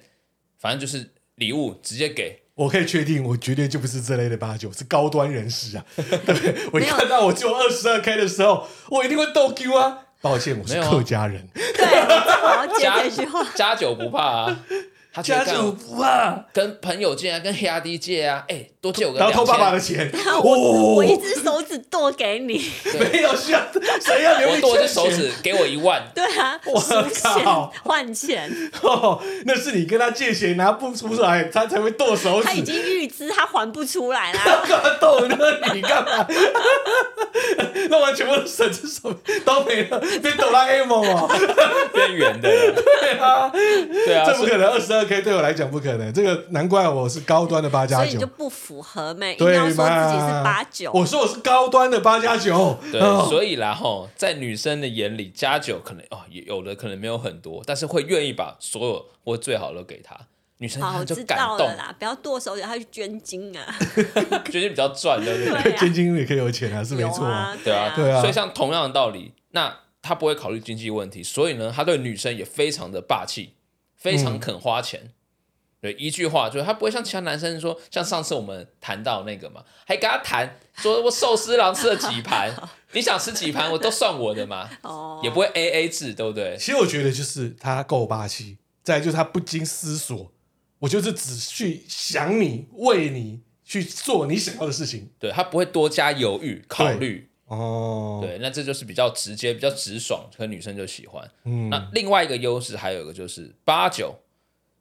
[SPEAKER 3] 反正就是礼物直接给。
[SPEAKER 1] 我可以确定，我绝对就不是这类的八九，是高端人士 啊。对，我一看到我只有二十二 K 的时候，我一定会逗 Q 啊。抱歉，我
[SPEAKER 3] 没
[SPEAKER 1] 是
[SPEAKER 3] 有啊
[SPEAKER 1] 客家人。
[SPEAKER 2] 对，我正好要接
[SPEAKER 3] 加
[SPEAKER 2] 这句话。
[SPEAKER 3] 加九不怕啊，他觉
[SPEAKER 1] 家
[SPEAKER 3] 得干
[SPEAKER 1] 政服啊，
[SPEAKER 3] 跟朋友借啊，跟黑阿弟借啊，哎、多借我个
[SPEAKER 1] 然后偷
[SPEAKER 3] 2000
[SPEAKER 1] 爸爸的 钱，
[SPEAKER 2] 我我一
[SPEAKER 1] 哦，
[SPEAKER 2] 只手指剁给你，
[SPEAKER 1] 没有需要，谁 要留
[SPEAKER 3] 我
[SPEAKER 1] 一
[SPEAKER 3] 剁
[SPEAKER 1] 圈
[SPEAKER 3] 这手指，给我一万，
[SPEAKER 2] 对啊，
[SPEAKER 1] 我
[SPEAKER 2] 赎钱
[SPEAKER 1] 靠
[SPEAKER 2] 换钱，
[SPEAKER 1] 哦，那是你跟他借钱拿不出来，他才会剁手
[SPEAKER 2] 他已
[SPEAKER 1] 指。
[SPEAKER 2] 经预支，他还不出来啦。
[SPEAKER 1] 干 嘛剁那你干嘛？那完全不是神之手都没了，变哆啦 A 梦哦！
[SPEAKER 3] 边缘的，对啊，对啊，
[SPEAKER 1] 这不
[SPEAKER 3] 所以
[SPEAKER 1] 可能，二十二 K 对我来讲不可能。这个难怪我是高端的八
[SPEAKER 2] 所
[SPEAKER 1] 加
[SPEAKER 2] 以你
[SPEAKER 1] 九
[SPEAKER 2] 就，不符合没，一定
[SPEAKER 1] 对
[SPEAKER 2] 要
[SPEAKER 1] 嘛？
[SPEAKER 2] 说自己是八九，
[SPEAKER 1] 我说我是高端的八加九，
[SPEAKER 3] 对，
[SPEAKER 1] 哦
[SPEAKER 3] 所以啦吼，在女生的眼里，加九可能哦，也有的可能没有很多，但是会愿意把所有或最好都给他。女生
[SPEAKER 2] 好，
[SPEAKER 3] 她
[SPEAKER 2] 我
[SPEAKER 3] 就
[SPEAKER 2] 知
[SPEAKER 3] 感
[SPEAKER 2] 道了
[SPEAKER 3] 动，
[SPEAKER 2] 啦，不要剁手指，他去捐精啊，
[SPEAKER 3] 觉得比较赚，对不对？
[SPEAKER 2] 对
[SPEAKER 1] 捐
[SPEAKER 2] 啊，
[SPEAKER 1] 精也可以有钱啊， 是没
[SPEAKER 2] 有
[SPEAKER 1] 错啊。
[SPEAKER 2] 啊，
[SPEAKER 3] 对啊，
[SPEAKER 1] 对啊
[SPEAKER 3] 所以像同样的道理，那他不会考虑经济问题，所以呢，他对女生也非常的霸气，非常肯花钱。对，一句话就是他不会像其他男生说，像上次我们谈到那个嘛，还跟他谈说我寿司郎吃了几盘，你想吃几盘我都算我的嘛，
[SPEAKER 2] 哦，
[SPEAKER 3] 也不会 A A 制，对不对？
[SPEAKER 1] 其实我觉得就是他够霸气，再来就是他不经思索，我就是只去想你，为你去做你想要的事情。
[SPEAKER 3] 对他不会多加犹豫考虑，
[SPEAKER 1] 哦，
[SPEAKER 3] 对，那这就是比较直接、比较直爽，可能女生就喜欢。
[SPEAKER 1] 嗯，
[SPEAKER 3] 那另外一个优势还有一个就是八九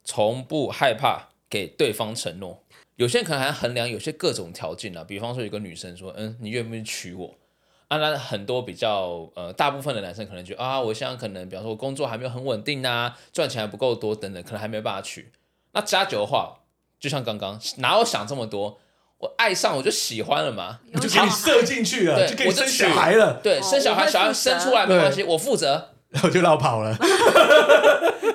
[SPEAKER 3] 从不害怕给对方承诺。有些人可能还衡量有些各种条件啊，比方说有个女生说，嗯，你愿不愿意娶我？啊，那很多比较呃，大部分的男生可能觉得啊，我现在可能，比方说我工作还没有很稳定啊，赚钱还不够多等等，可能还没办法娶。那加九的话，就像刚刚，哪有想这么多？我爱上我就喜欢了嘛，
[SPEAKER 1] 我
[SPEAKER 2] 有
[SPEAKER 1] 就
[SPEAKER 2] 小
[SPEAKER 1] 给你
[SPEAKER 2] 孩
[SPEAKER 1] 射进去了，
[SPEAKER 3] 对
[SPEAKER 1] 就给你
[SPEAKER 3] 我就
[SPEAKER 1] 生
[SPEAKER 3] 娶
[SPEAKER 1] 小孩了，
[SPEAKER 3] 对，
[SPEAKER 2] 哦
[SPEAKER 3] 生小
[SPEAKER 2] 我
[SPEAKER 3] 孩
[SPEAKER 2] 会
[SPEAKER 3] 小孩
[SPEAKER 2] 负责
[SPEAKER 3] 生出来没关系，我负责，
[SPEAKER 1] 然后就绕跑了。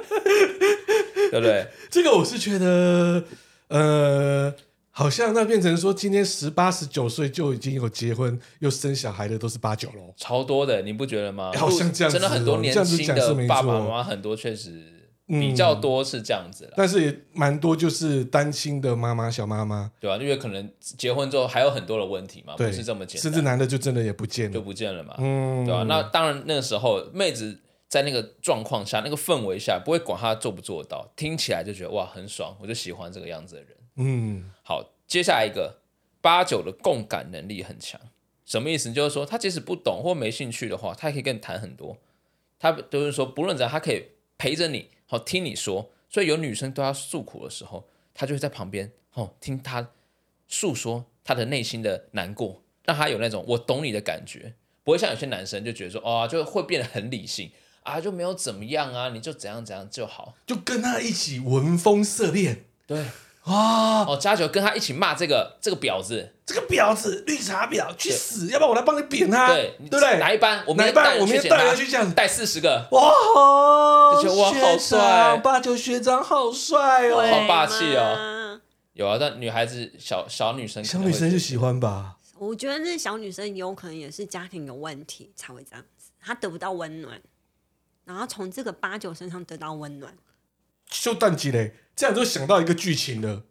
[SPEAKER 3] 对不对？
[SPEAKER 1] 这个我是觉得，呃，好像那变成说，今天十八、十九岁就已经有结婚又生小孩的，都是八九喽。
[SPEAKER 3] 超多的，你不觉得吗？
[SPEAKER 1] 哎好像这样子哦
[SPEAKER 3] 真的很多年
[SPEAKER 1] 你
[SPEAKER 3] 轻
[SPEAKER 1] 这样子讲是没错
[SPEAKER 3] 的
[SPEAKER 1] 嗯
[SPEAKER 3] 爸爸妈妈很多确实比较多是这样子啦，
[SPEAKER 1] 但是也蛮多，就是单亲的妈妈、小妈妈，
[SPEAKER 3] 对吧、因为可能结婚之后还有很多的问题嘛，哦不
[SPEAKER 1] 对，
[SPEAKER 3] 是这么简
[SPEAKER 1] 甚至
[SPEAKER 3] 单，
[SPEAKER 1] 男的就真的也不见
[SPEAKER 3] 就
[SPEAKER 1] 了，
[SPEAKER 3] 不见了嘛，
[SPEAKER 1] 嗯，
[SPEAKER 3] 对吧、那当然那个时候妹子在那个状况下、那个氛围下，不会管她做不做得到，听起来就觉得哇很爽，我就喜欢这个样子的人。
[SPEAKER 1] 嗯，
[SPEAKER 3] 好，接下来一个八九的共感能力很强，什么意思？就是说他即使不懂或没兴趣的话，他也可以跟你谈很多。他就是说，不论怎样，他可以陪着你，好听你说。所以有女生对他诉苦的时候，他就会在旁边，哦，听他诉说他的内心的难过，让他有那种我懂你的感觉，不会像有些男生就觉得说，哦，就会变得很理性啊，就没有怎么样啊，你就怎样怎样就好。
[SPEAKER 1] 就跟他一起闻风色变
[SPEAKER 3] 对，
[SPEAKER 1] 啊！
[SPEAKER 3] 哦，加九跟他一起骂这个这个婊子，
[SPEAKER 1] 这个婊子，绿茶婊，去死！要不然我来帮你扁他，
[SPEAKER 3] 对，
[SPEAKER 1] 对
[SPEAKER 3] 你
[SPEAKER 1] 不对？
[SPEAKER 3] 哪一班？我
[SPEAKER 1] 哪
[SPEAKER 3] 们
[SPEAKER 1] 一班？我明天带
[SPEAKER 3] 他
[SPEAKER 1] 人去这样子。
[SPEAKER 3] 带四十个，
[SPEAKER 1] 哇哦，
[SPEAKER 3] 就觉得哇好
[SPEAKER 1] 学长
[SPEAKER 3] 帅
[SPEAKER 1] 八九学长好帅
[SPEAKER 2] 会
[SPEAKER 1] 哦！
[SPEAKER 3] 好霸气哦
[SPEAKER 2] 吗。
[SPEAKER 3] 有啊，但女孩子小小女生可
[SPEAKER 1] 小
[SPEAKER 3] 能
[SPEAKER 1] 女
[SPEAKER 3] 会
[SPEAKER 1] 生
[SPEAKER 3] 觉
[SPEAKER 1] 就
[SPEAKER 3] 得
[SPEAKER 1] 喜欢吧？
[SPEAKER 2] 我觉得那小女生有可能也是家庭有问题才会这样子，她得不到温暖，然后从这个八九身上得到温暖。
[SPEAKER 1] 就蛋鸡嘞，这样就想到一个剧情了，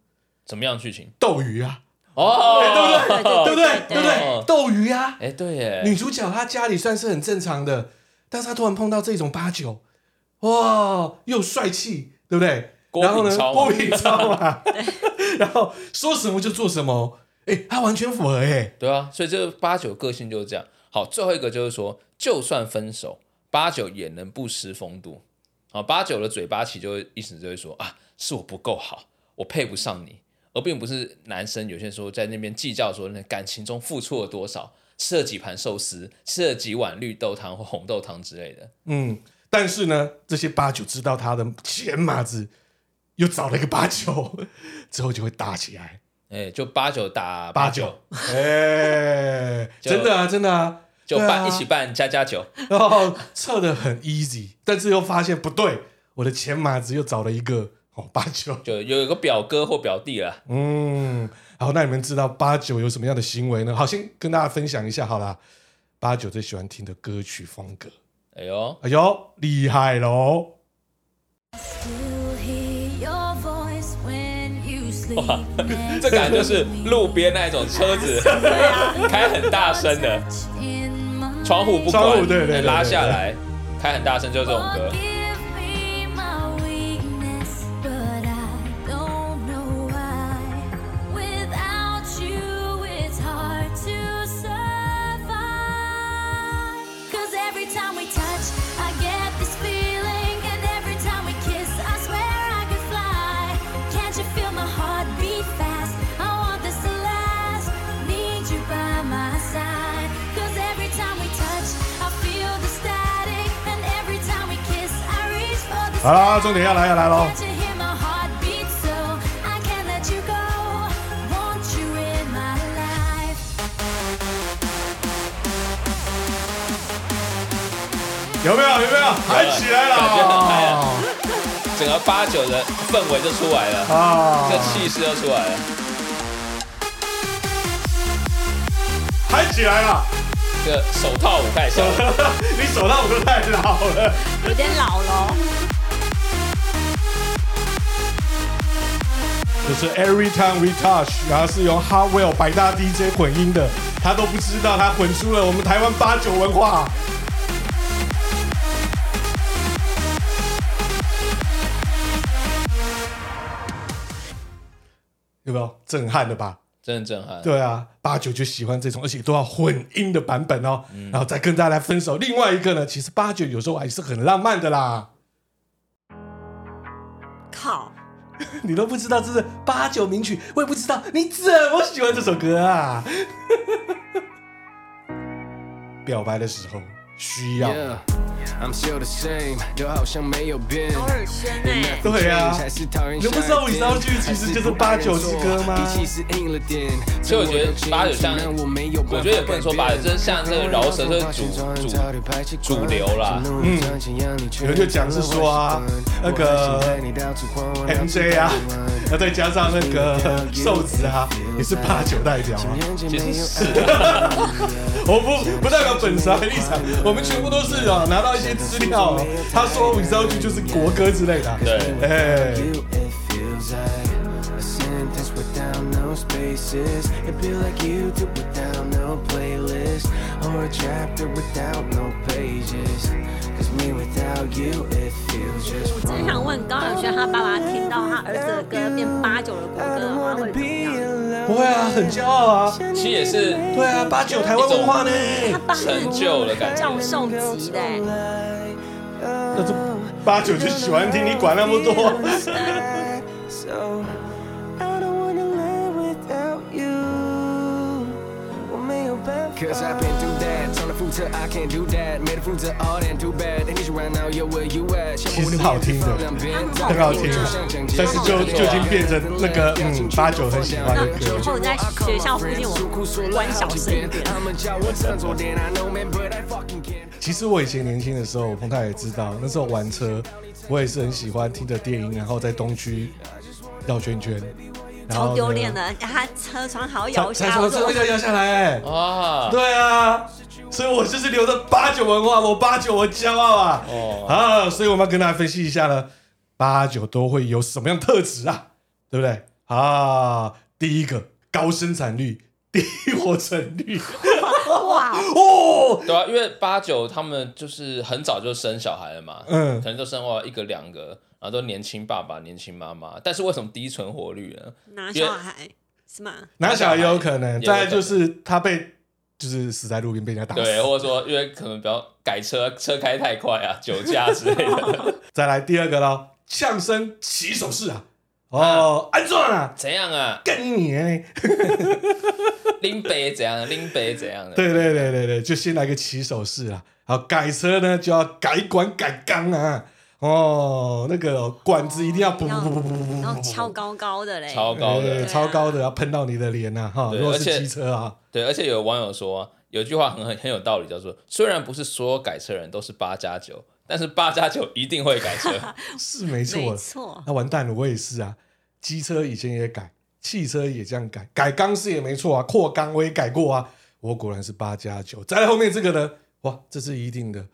[SPEAKER 3] 怎么样剧情
[SPEAKER 1] 斗鱼啊，
[SPEAKER 3] 哦，
[SPEAKER 2] 对对
[SPEAKER 1] 对不对？对不对
[SPEAKER 3] 哦？
[SPEAKER 1] 斗鱼啊，
[SPEAKER 3] 哎，对耶，
[SPEAKER 1] 女主角她家里算是很正常的，但是她突然碰到这种八九，哇，又帅气，对不对？
[SPEAKER 3] 郭
[SPEAKER 1] 然后呢
[SPEAKER 3] 品，超嘛
[SPEAKER 1] 郭品超 嘛， 然后说什么就做什么，哎、她完全符合哎、
[SPEAKER 3] 对啊，所以这个八九个性就是这样。好，最后一个就是说，就算分手，八九也能不失风度。好，八九的嘴巴起就会意思就会说啊，是我不够好，我配不上你，而并不是男生有些时候在那边计较说那感情中付出了多少，吃了几盘寿司，吃了几碗绿豆汤或红豆汤之类的。
[SPEAKER 1] 嗯，但是呢，这些八九知道她的前马子，又找了一个八九， 之后就会打起来。
[SPEAKER 3] 哎、就八九打
[SPEAKER 1] 八 九，哎、
[SPEAKER 3] 就
[SPEAKER 1] 真的啊，真的啊，
[SPEAKER 3] 就
[SPEAKER 1] 对
[SPEAKER 3] 办、
[SPEAKER 1] 啊
[SPEAKER 3] 一起办加加九，
[SPEAKER 1] 然后测的很 easy，但是又发现不对，我的前马子又找了一个哦八九，
[SPEAKER 3] 就有一个表哥或表弟啦。
[SPEAKER 1] 嗯，好，那你们知道八九有什么样的行为呢？好，先跟大家分享一下好啦。八九最喜欢听的歌曲风格，
[SPEAKER 3] 哎呦，
[SPEAKER 1] 哎呦，厉害喽！
[SPEAKER 4] Still hear your voice when you sleep.
[SPEAKER 3] 这感觉就是路边那一种车子 开很大声的，
[SPEAKER 4] In my
[SPEAKER 3] 窗户不
[SPEAKER 1] 窗
[SPEAKER 3] 关，
[SPEAKER 1] 户对对对对
[SPEAKER 3] 拉下
[SPEAKER 4] Oh,
[SPEAKER 3] 来，开很大声，就这种歌。
[SPEAKER 4] 哦 Forgive me my weakness, but I
[SPEAKER 1] 好啦，重点要来要来喽！
[SPEAKER 4] Can't you hear my heartbeat? So I can't let you go. Want you in my life.
[SPEAKER 1] 有没有？有没有？喊起来
[SPEAKER 3] 感觉很嗨
[SPEAKER 1] 了
[SPEAKER 3] 啊！整个八九的氛围就出来了，
[SPEAKER 1] 啊
[SPEAKER 3] 这，气势就出来了。
[SPEAKER 1] 喊起来了！
[SPEAKER 3] 这个手套舞开始，
[SPEAKER 1] 你手套我都太老了。
[SPEAKER 2] 有点老了。
[SPEAKER 1] 就是 Every Time We Touch，然后是由 Hardwell 百大 DJ 混音的，他都不知道他混出了我们台湾八九文化。有没有震撼了吧？
[SPEAKER 3] 真的震撼。
[SPEAKER 1] 对啊，八九就喜欢这种，而且都要混音的版本哦，然后再跟大家来分手。另外一个呢，其实八九有时候还是很浪漫的啦，
[SPEAKER 2] 靠，
[SPEAKER 1] 你都不知道这是八九名曲，我也不知道你怎么喜欢这首歌啊。表白的时候需要
[SPEAKER 5] Yeah, I'm still the same，都好像没有变。
[SPEAKER 2] 高尔宣哎、
[SPEAKER 1] 对啊
[SPEAKER 5] 还是讨厌
[SPEAKER 1] 你不知道五十道具其实就是八九之歌吗
[SPEAKER 5] 脾气是硬了点，
[SPEAKER 3] 其实我觉得八九像
[SPEAKER 5] 我没有办法
[SPEAKER 3] 我觉得也不能说八九就是像这个饶舌这主主主流啦
[SPEAKER 5] 嗯，有
[SPEAKER 1] 人就讲是说啊那个 MJ 啊，那再加上那个瘦子啊，也是八九代表啊。
[SPEAKER 3] 其实是
[SPEAKER 1] 我不不代表本啊台立场，我们全部都是啊，拿到一些资料，啊他说五十道具就是国歌之类的啊。
[SPEAKER 3] 对
[SPEAKER 1] 哎，
[SPEAKER 5] It feels like a sentence without no spaces. It feel like YouTube without no playlist or a chapter without no pages. Cause me without you, it feels just
[SPEAKER 2] 我真想问高尔宣，他爸爸听到他儿子的歌变八九的国歌
[SPEAKER 5] I
[SPEAKER 2] 的
[SPEAKER 5] don't
[SPEAKER 2] 话会怎么
[SPEAKER 5] wanna be
[SPEAKER 2] 样？
[SPEAKER 5] alone.
[SPEAKER 1] 不会啊，很骄傲啊。
[SPEAKER 3] 其实也是
[SPEAKER 1] 对啊，八九台湾文化呢，
[SPEAKER 2] 他爸是
[SPEAKER 3] 成就了感觉
[SPEAKER 2] 教授级的、欸，
[SPEAKER 1] 那这八九就喜欢听，你管那么多。
[SPEAKER 5] So I don't wanna live without you. 我没有办法。Cause I've been through that, turn the food to I can't do that, made the food to all that too bad. And you right now, yo, where you at?
[SPEAKER 1] 其实是好听的，
[SPEAKER 2] 很好听但是就
[SPEAKER 1] 就已经变成那个嗯八九很喜欢的歌
[SPEAKER 2] 那以后在学校附近我关小声一点
[SPEAKER 1] 其实我以前年轻的时候，彭太也知道，那时候玩车，我也是很喜欢听着电音，然后在东区绕圈圈，然后
[SPEAKER 2] 超
[SPEAKER 1] 呢
[SPEAKER 2] 丢脸的。他车窗还要
[SPEAKER 1] 才，
[SPEAKER 2] 摇
[SPEAKER 1] 才
[SPEAKER 2] 下，
[SPEAKER 1] 从
[SPEAKER 2] 我
[SPEAKER 1] 车
[SPEAKER 2] 说
[SPEAKER 1] 位上摇下来、哎
[SPEAKER 3] 啊，
[SPEAKER 1] 对啊，所以我就是留着八九文化，我八九我骄傲啊！
[SPEAKER 3] 哦
[SPEAKER 1] 啊，所以我们要跟大家分析一下呢，八九都会有什么样的特质啊？对不对？啊，第一个高生产率， 低活存率，
[SPEAKER 2] 哇，
[SPEAKER 1] 哦，
[SPEAKER 3] 对啊，因为八九他们就是很早就生小孩了嘛，
[SPEAKER 1] 嗯
[SPEAKER 3] 可能就生活一个两个，然后都年轻爸爸、年轻妈妈，但是为什么低存活率呢？
[SPEAKER 2] 拿小孩是吗？
[SPEAKER 1] 拿小孩也有可能，
[SPEAKER 3] 也有可
[SPEAKER 1] 再
[SPEAKER 3] 能
[SPEAKER 1] 来就是他被就是死在路边被人家打
[SPEAKER 3] 对，
[SPEAKER 1] 死，
[SPEAKER 3] 或者说因为可能比较改车，车开太快啊， 酒驾之类的，
[SPEAKER 1] 再来第二个喽，相声起手式啊，哦，安装啊，
[SPEAKER 3] 怎样啊？
[SPEAKER 1] 跟你欸，
[SPEAKER 3] 拎杯怎样？啊拎杯怎样的？
[SPEAKER 1] 对对对对对，就先来个起手式啊，好，改车呢就要改管改缸啊，哦，那个管子一定要补
[SPEAKER 2] 哦
[SPEAKER 1] 补补补补补，
[SPEAKER 2] 然后敲高高的嘞，
[SPEAKER 3] 超高
[SPEAKER 1] 哎
[SPEAKER 3] 的，
[SPEAKER 1] 超高的，要喷到你的脸呐、哈！
[SPEAKER 3] 对
[SPEAKER 1] 如果
[SPEAKER 3] 而
[SPEAKER 1] 是
[SPEAKER 3] 且
[SPEAKER 1] 机车啊，
[SPEAKER 3] 对，而且有网友说啊、有句话很很很有道理，叫做虽然不是所有改车人都是八加九，但是八加九一定会改车。
[SPEAKER 1] 是没错
[SPEAKER 2] 没，错，
[SPEAKER 1] 那完蛋了，我也是啊，机车以前也改，汽车也这样改，改缸式也没错啊，扩缸我也改过啊，我果然是八加九。再来后面这个呢，哇，这是一定的，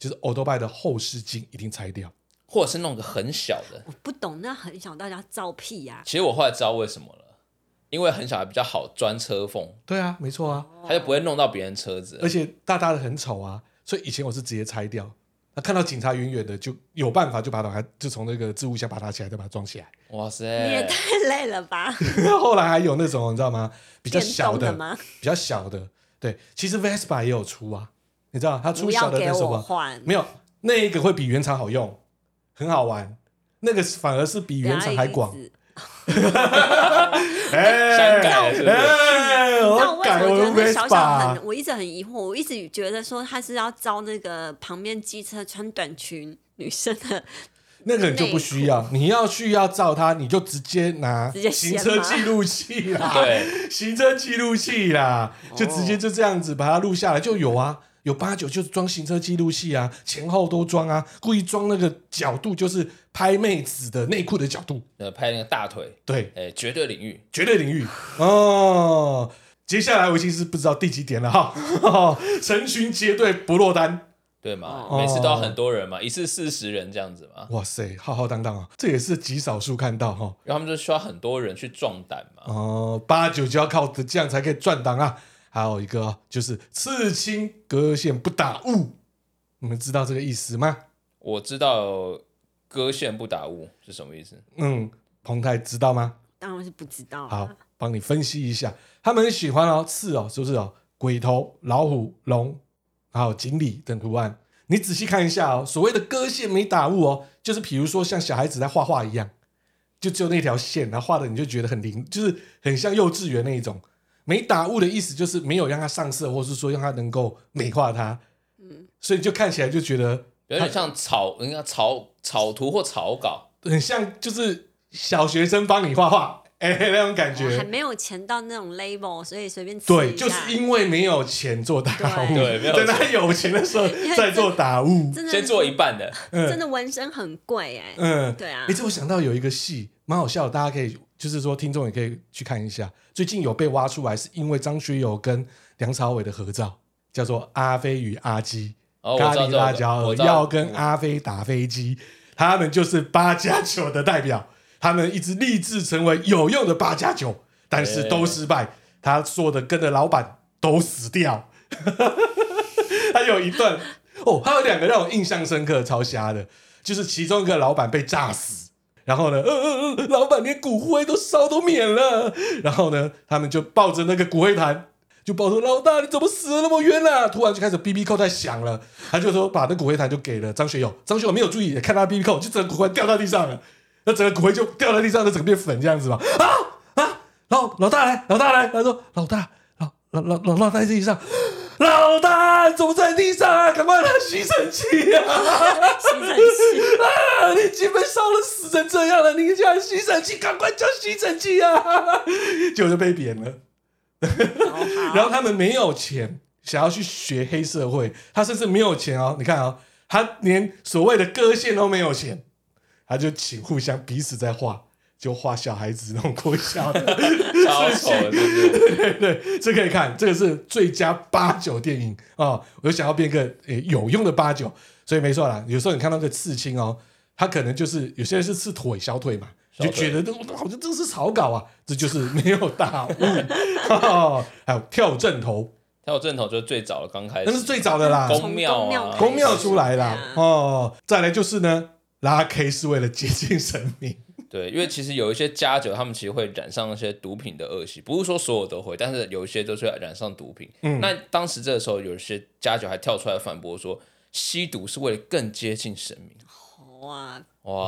[SPEAKER 1] 就是 o l d b i 的后视镜一定拆掉，
[SPEAKER 3] 或者是弄个很小的。
[SPEAKER 2] 我不懂，那很想大家造屁呀、
[SPEAKER 3] 其实我后来知道为什么了，因为很小还比较好钻车缝，
[SPEAKER 1] 对啊，没错啊，
[SPEAKER 3] 他就不会弄到别人车子
[SPEAKER 1] 而。且大大的很丑啊，所以以前我是直接拆掉。那看到警察远远的，就有办法就把它就从那个置物箱把它拿起来，再把它装起来。
[SPEAKER 3] 哇
[SPEAKER 2] 你也
[SPEAKER 3] 塞，
[SPEAKER 2] 太累了吧？
[SPEAKER 1] 后来还有那种你知道吗？比较小
[SPEAKER 2] 电动的吗
[SPEAKER 1] 比较小的，对，其实 Vespa 也有出啊，你知道它出
[SPEAKER 2] 不
[SPEAKER 1] 小
[SPEAKER 2] 要
[SPEAKER 1] 的
[SPEAKER 2] 给
[SPEAKER 1] 那什
[SPEAKER 2] 我
[SPEAKER 1] 么？
[SPEAKER 2] 换，
[SPEAKER 1] 没有，那一个会比原厂好用，很好玩，那个反而是比原厂还广
[SPEAKER 2] 等。下一直
[SPEAKER 1] 哎，
[SPEAKER 3] 删改是不是
[SPEAKER 1] 哎，
[SPEAKER 2] 你知道
[SPEAKER 1] 我
[SPEAKER 2] 我
[SPEAKER 1] 改我用
[SPEAKER 2] 为什么觉得那小小
[SPEAKER 1] Vespa，
[SPEAKER 2] 很，我一直很疑惑，我一直觉得说他是要招那个旁边机车穿短裙女生的
[SPEAKER 1] 那个你就不需要，你要去要照它，你就直接拿
[SPEAKER 2] 直接
[SPEAKER 1] 行
[SPEAKER 2] 掀
[SPEAKER 1] 车
[SPEAKER 2] 吗
[SPEAKER 1] 记录器啦，
[SPEAKER 3] 对，
[SPEAKER 1] 行车记录器啦，
[SPEAKER 2] 哦
[SPEAKER 1] 就直接就这样子把它录下来就有啊，有八九就是装行车记录器啊，前后都装啊，故意装那个角度就是拍妹子的内裤的角度，
[SPEAKER 3] 呃，拍那个大腿，
[SPEAKER 1] 对，
[SPEAKER 3] 哎，绝对领域，
[SPEAKER 1] 绝对领域哦。接下来我已经是不知道第几点了 哈，成群结队不落单，
[SPEAKER 3] 对嘛？
[SPEAKER 1] 哦
[SPEAKER 3] 每次都要很多人嘛，一次四十人这样子嘛，
[SPEAKER 1] 哇塞，浩浩荡荡啊，这也是极少数看到哈。
[SPEAKER 3] 然后他们就需要很多人去壮胆嘛。
[SPEAKER 1] 哦，八九就要靠的这样才可以赚档啊。还有一个就是刺青割线不打雾，你们知道这个意思吗？
[SPEAKER 3] 我知道割线不打雾是什么意思，
[SPEAKER 1] 嗯，彭泰知道吗？
[SPEAKER 2] 当然是不知道、
[SPEAKER 1] 好
[SPEAKER 2] 啊。，
[SPEAKER 1] 帮你分析一下，他们很喜欢哦，刺哦，就是哦，鬼头、老虎、龙，还有锦鲤等图案。你仔细看一下哦，所谓的割线没打雾哦，就是比如说像小孩子在画画一样，就只有那条线，然后画的你就觉得很灵，就是很像幼稚园那一种。没打雾的意思就是没有让它上色，或是说让它能够美化它。嗯，所以就看起来就觉得
[SPEAKER 3] 有点像草，人家草草图或草稿，
[SPEAKER 1] 很像，就是小学生帮你画画，哎、那种感觉。
[SPEAKER 2] 哦我还没有钱到那种 label，所以随便刺
[SPEAKER 1] 对，
[SPEAKER 2] 一
[SPEAKER 1] 就是
[SPEAKER 2] 下
[SPEAKER 1] 因为没有钱做打雾，
[SPEAKER 2] 对
[SPEAKER 3] 对没有
[SPEAKER 1] 等
[SPEAKER 3] 钱
[SPEAKER 1] 他有钱的时候
[SPEAKER 2] 因为
[SPEAKER 1] 再做打雾。
[SPEAKER 2] 真的
[SPEAKER 3] 先做一半的，
[SPEAKER 1] 嗯
[SPEAKER 2] 真的纹身很贵哎、
[SPEAKER 1] 嗯，
[SPEAKER 2] 对啊
[SPEAKER 1] 哎，这我想到有一个戏蛮好笑的，大家可以就是说听众也可以去看一下。最近有被挖出来，是因为张学友跟梁朝伟的合照，叫做《阿飞与阿基》。
[SPEAKER 3] 哦我知
[SPEAKER 1] 咖
[SPEAKER 3] 道
[SPEAKER 1] 喱
[SPEAKER 3] 这个
[SPEAKER 1] 辣椒
[SPEAKER 3] 我
[SPEAKER 1] 鹅
[SPEAKER 3] 知道
[SPEAKER 1] 要跟阿飞打飞机，他们就是八加九的代表，他们一直立志成为有用的八加九，但是都失败。他说的跟着老板都死掉， 他有一段哦，还有两个让我印象深刻、超瞎的，就是其中一个老板被炸死。然后呢，呃呃呃，老板连骨灰都烧都免了。然后呢，他们就抱着那个骨灰坛，就抱着老大，你怎么死得那么冤啊？突然就开始 B B 扣在响了，他就说把那骨灰坛就给了张学友，张学友没有注意，也看他 B B 扣，就整个骨灰掉到地上了，那整个骨灰就掉到地上，那整个变粉这样子嘛。啊啊，老老大来，老大来，他说老大，老老老老老大在地上。老大，你怎么在地上啊？赶快拿吸尘器啊！
[SPEAKER 2] 吸尘器，
[SPEAKER 1] 啊！你已经被烧了，死成这样了，你叫吸尘器，赶快叫吸尘器啊！ 结果就被扁了。 然后他们没有钱，想要去学黑社会，他甚至没有钱哦。你看哦，他连所谓的割线都没有钱，他就请互相彼此在画，就画小孩子那种国小的。
[SPEAKER 3] 超丑的，对不对？
[SPEAKER 1] 对对，这可以看，这个是最佳八九电影啊、哦！我就想要变个诶有用的八九，所以没错啦。有时候你看到个刺青哦，他可能就是有些人是刺腿小腿嘛，
[SPEAKER 3] 小
[SPEAKER 1] 就觉
[SPEAKER 3] 腿
[SPEAKER 1] 得这好像这是草稿啊，这就是没有 打雾、哦。还有跳正头，
[SPEAKER 3] 跳正头就是最早的，刚开始
[SPEAKER 1] 那是最早的啦，
[SPEAKER 3] 宫哎庙哎
[SPEAKER 2] 从宫庙
[SPEAKER 3] 啊，
[SPEAKER 2] 开始
[SPEAKER 1] 公庙出来啦
[SPEAKER 2] 对啊。
[SPEAKER 1] 哦，再来就是呢，拉 K 是为了接近神明，
[SPEAKER 3] 对，因为其实有一些家酒，他们其实会染上那些毒品的恶习，不是说所有都会，但是有一些都是会染上毒品。
[SPEAKER 1] 嗯
[SPEAKER 3] 那当时这个时候，有一些家酒还跳出来反驳说，吸毒是为了更接近神明。
[SPEAKER 2] 哇，
[SPEAKER 1] 哇，
[SPEAKER 3] 哇，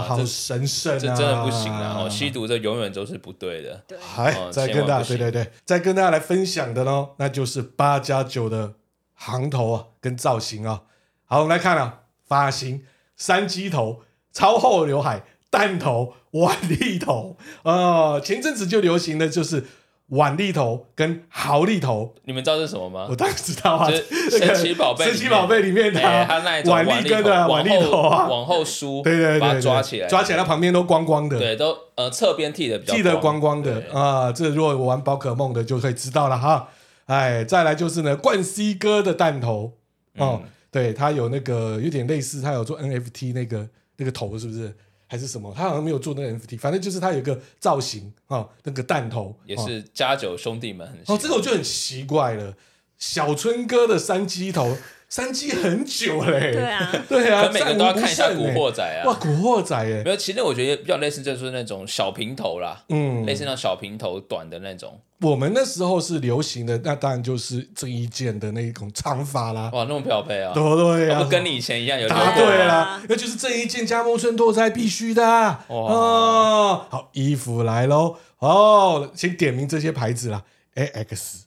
[SPEAKER 1] 好
[SPEAKER 3] 啊这
[SPEAKER 1] 神圣啊！
[SPEAKER 3] 这真的不行啊！哦，吸毒这永远都是不对的。
[SPEAKER 2] 对，
[SPEAKER 1] 还
[SPEAKER 3] 哦
[SPEAKER 1] 再
[SPEAKER 3] 千
[SPEAKER 1] 跟
[SPEAKER 3] 万
[SPEAKER 1] 大家
[SPEAKER 3] 不
[SPEAKER 1] 对对
[SPEAKER 3] 行
[SPEAKER 1] 对，再跟大家来分享的呢，那就是八加九的行头啊，跟造型啊。好，我们来看啊，发型：三鸡头、超厚刘海、蛋头、碗粒头。哦，前阵子就流行的就是碗粒头跟毫粒头，
[SPEAKER 3] 你们知道这是什么吗
[SPEAKER 1] 我？当然知道啊，
[SPEAKER 3] 就是
[SPEAKER 1] 这个
[SPEAKER 3] 神奇宝贝里
[SPEAKER 1] 神
[SPEAKER 3] 面
[SPEAKER 1] 奇宝贝里面的
[SPEAKER 3] 哎
[SPEAKER 1] 啊
[SPEAKER 3] 他那一种
[SPEAKER 1] 碗粒跟的碗
[SPEAKER 3] 往
[SPEAKER 1] 粒头
[SPEAKER 3] 后
[SPEAKER 1] 啊，
[SPEAKER 3] 往后梳，
[SPEAKER 1] 对对对
[SPEAKER 3] 把它
[SPEAKER 1] 对，
[SPEAKER 3] 抓起来，
[SPEAKER 1] 抓起来，它旁边都光光的。
[SPEAKER 3] 对，都呃侧边剃的比较
[SPEAKER 1] 剃得光光的
[SPEAKER 3] 对
[SPEAKER 1] 啊。这如果我玩宝可梦的就可以知道了哈。哎，再来就是呢，冠希哥的弹头
[SPEAKER 3] 嗯
[SPEAKER 1] 哦，对他有那个有点类似，他有做 NFT 那个那个头是不是？还是什么？他好像没有做那个 NFT，反正就是他有一个造型啊、哦，那个弹头
[SPEAKER 3] 也
[SPEAKER 1] 哦
[SPEAKER 3] 是家酒兄弟们很喜
[SPEAKER 1] 哦，
[SPEAKER 3] 欢
[SPEAKER 1] 这个我就很奇怪了。小春哥的山鸡头，山鸡很久嘞、
[SPEAKER 2] 对啊，
[SPEAKER 1] 对啊，
[SPEAKER 3] 可能每个人都要
[SPEAKER 1] 战无不
[SPEAKER 3] 看一下
[SPEAKER 1] 胜
[SPEAKER 3] 古
[SPEAKER 1] 欸
[SPEAKER 3] 惑仔啊
[SPEAKER 1] 哇，古惑仔哎、
[SPEAKER 3] 没有，其实我觉得比较类似，就是那种小平头啦，
[SPEAKER 1] 嗯，
[SPEAKER 3] 类似那种小平头短的那种，
[SPEAKER 1] 我们那时候是流行的，那当然就是郑伊健的那一种长发啦，
[SPEAKER 3] 哇，那么漂配啊，
[SPEAKER 1] 对不对
[SPEAKER 3] 那
[SPEAKER 1] 啊？
[SPEAKER 3] 不跟你以前一样有
[SPEAKER 1] 答
[SPEAKER 3] 点
[SPEAKER 1] 对啊
[SPEAKER 2] 了
[SPEAKER 1] 啦，那就是郑伊健加盟村拓哉必须的啊、
[SPEAKER 3] 哇
[SPEAKER 1] 哦。好，衣服来喽哦，先点名这些牌子啦，A X、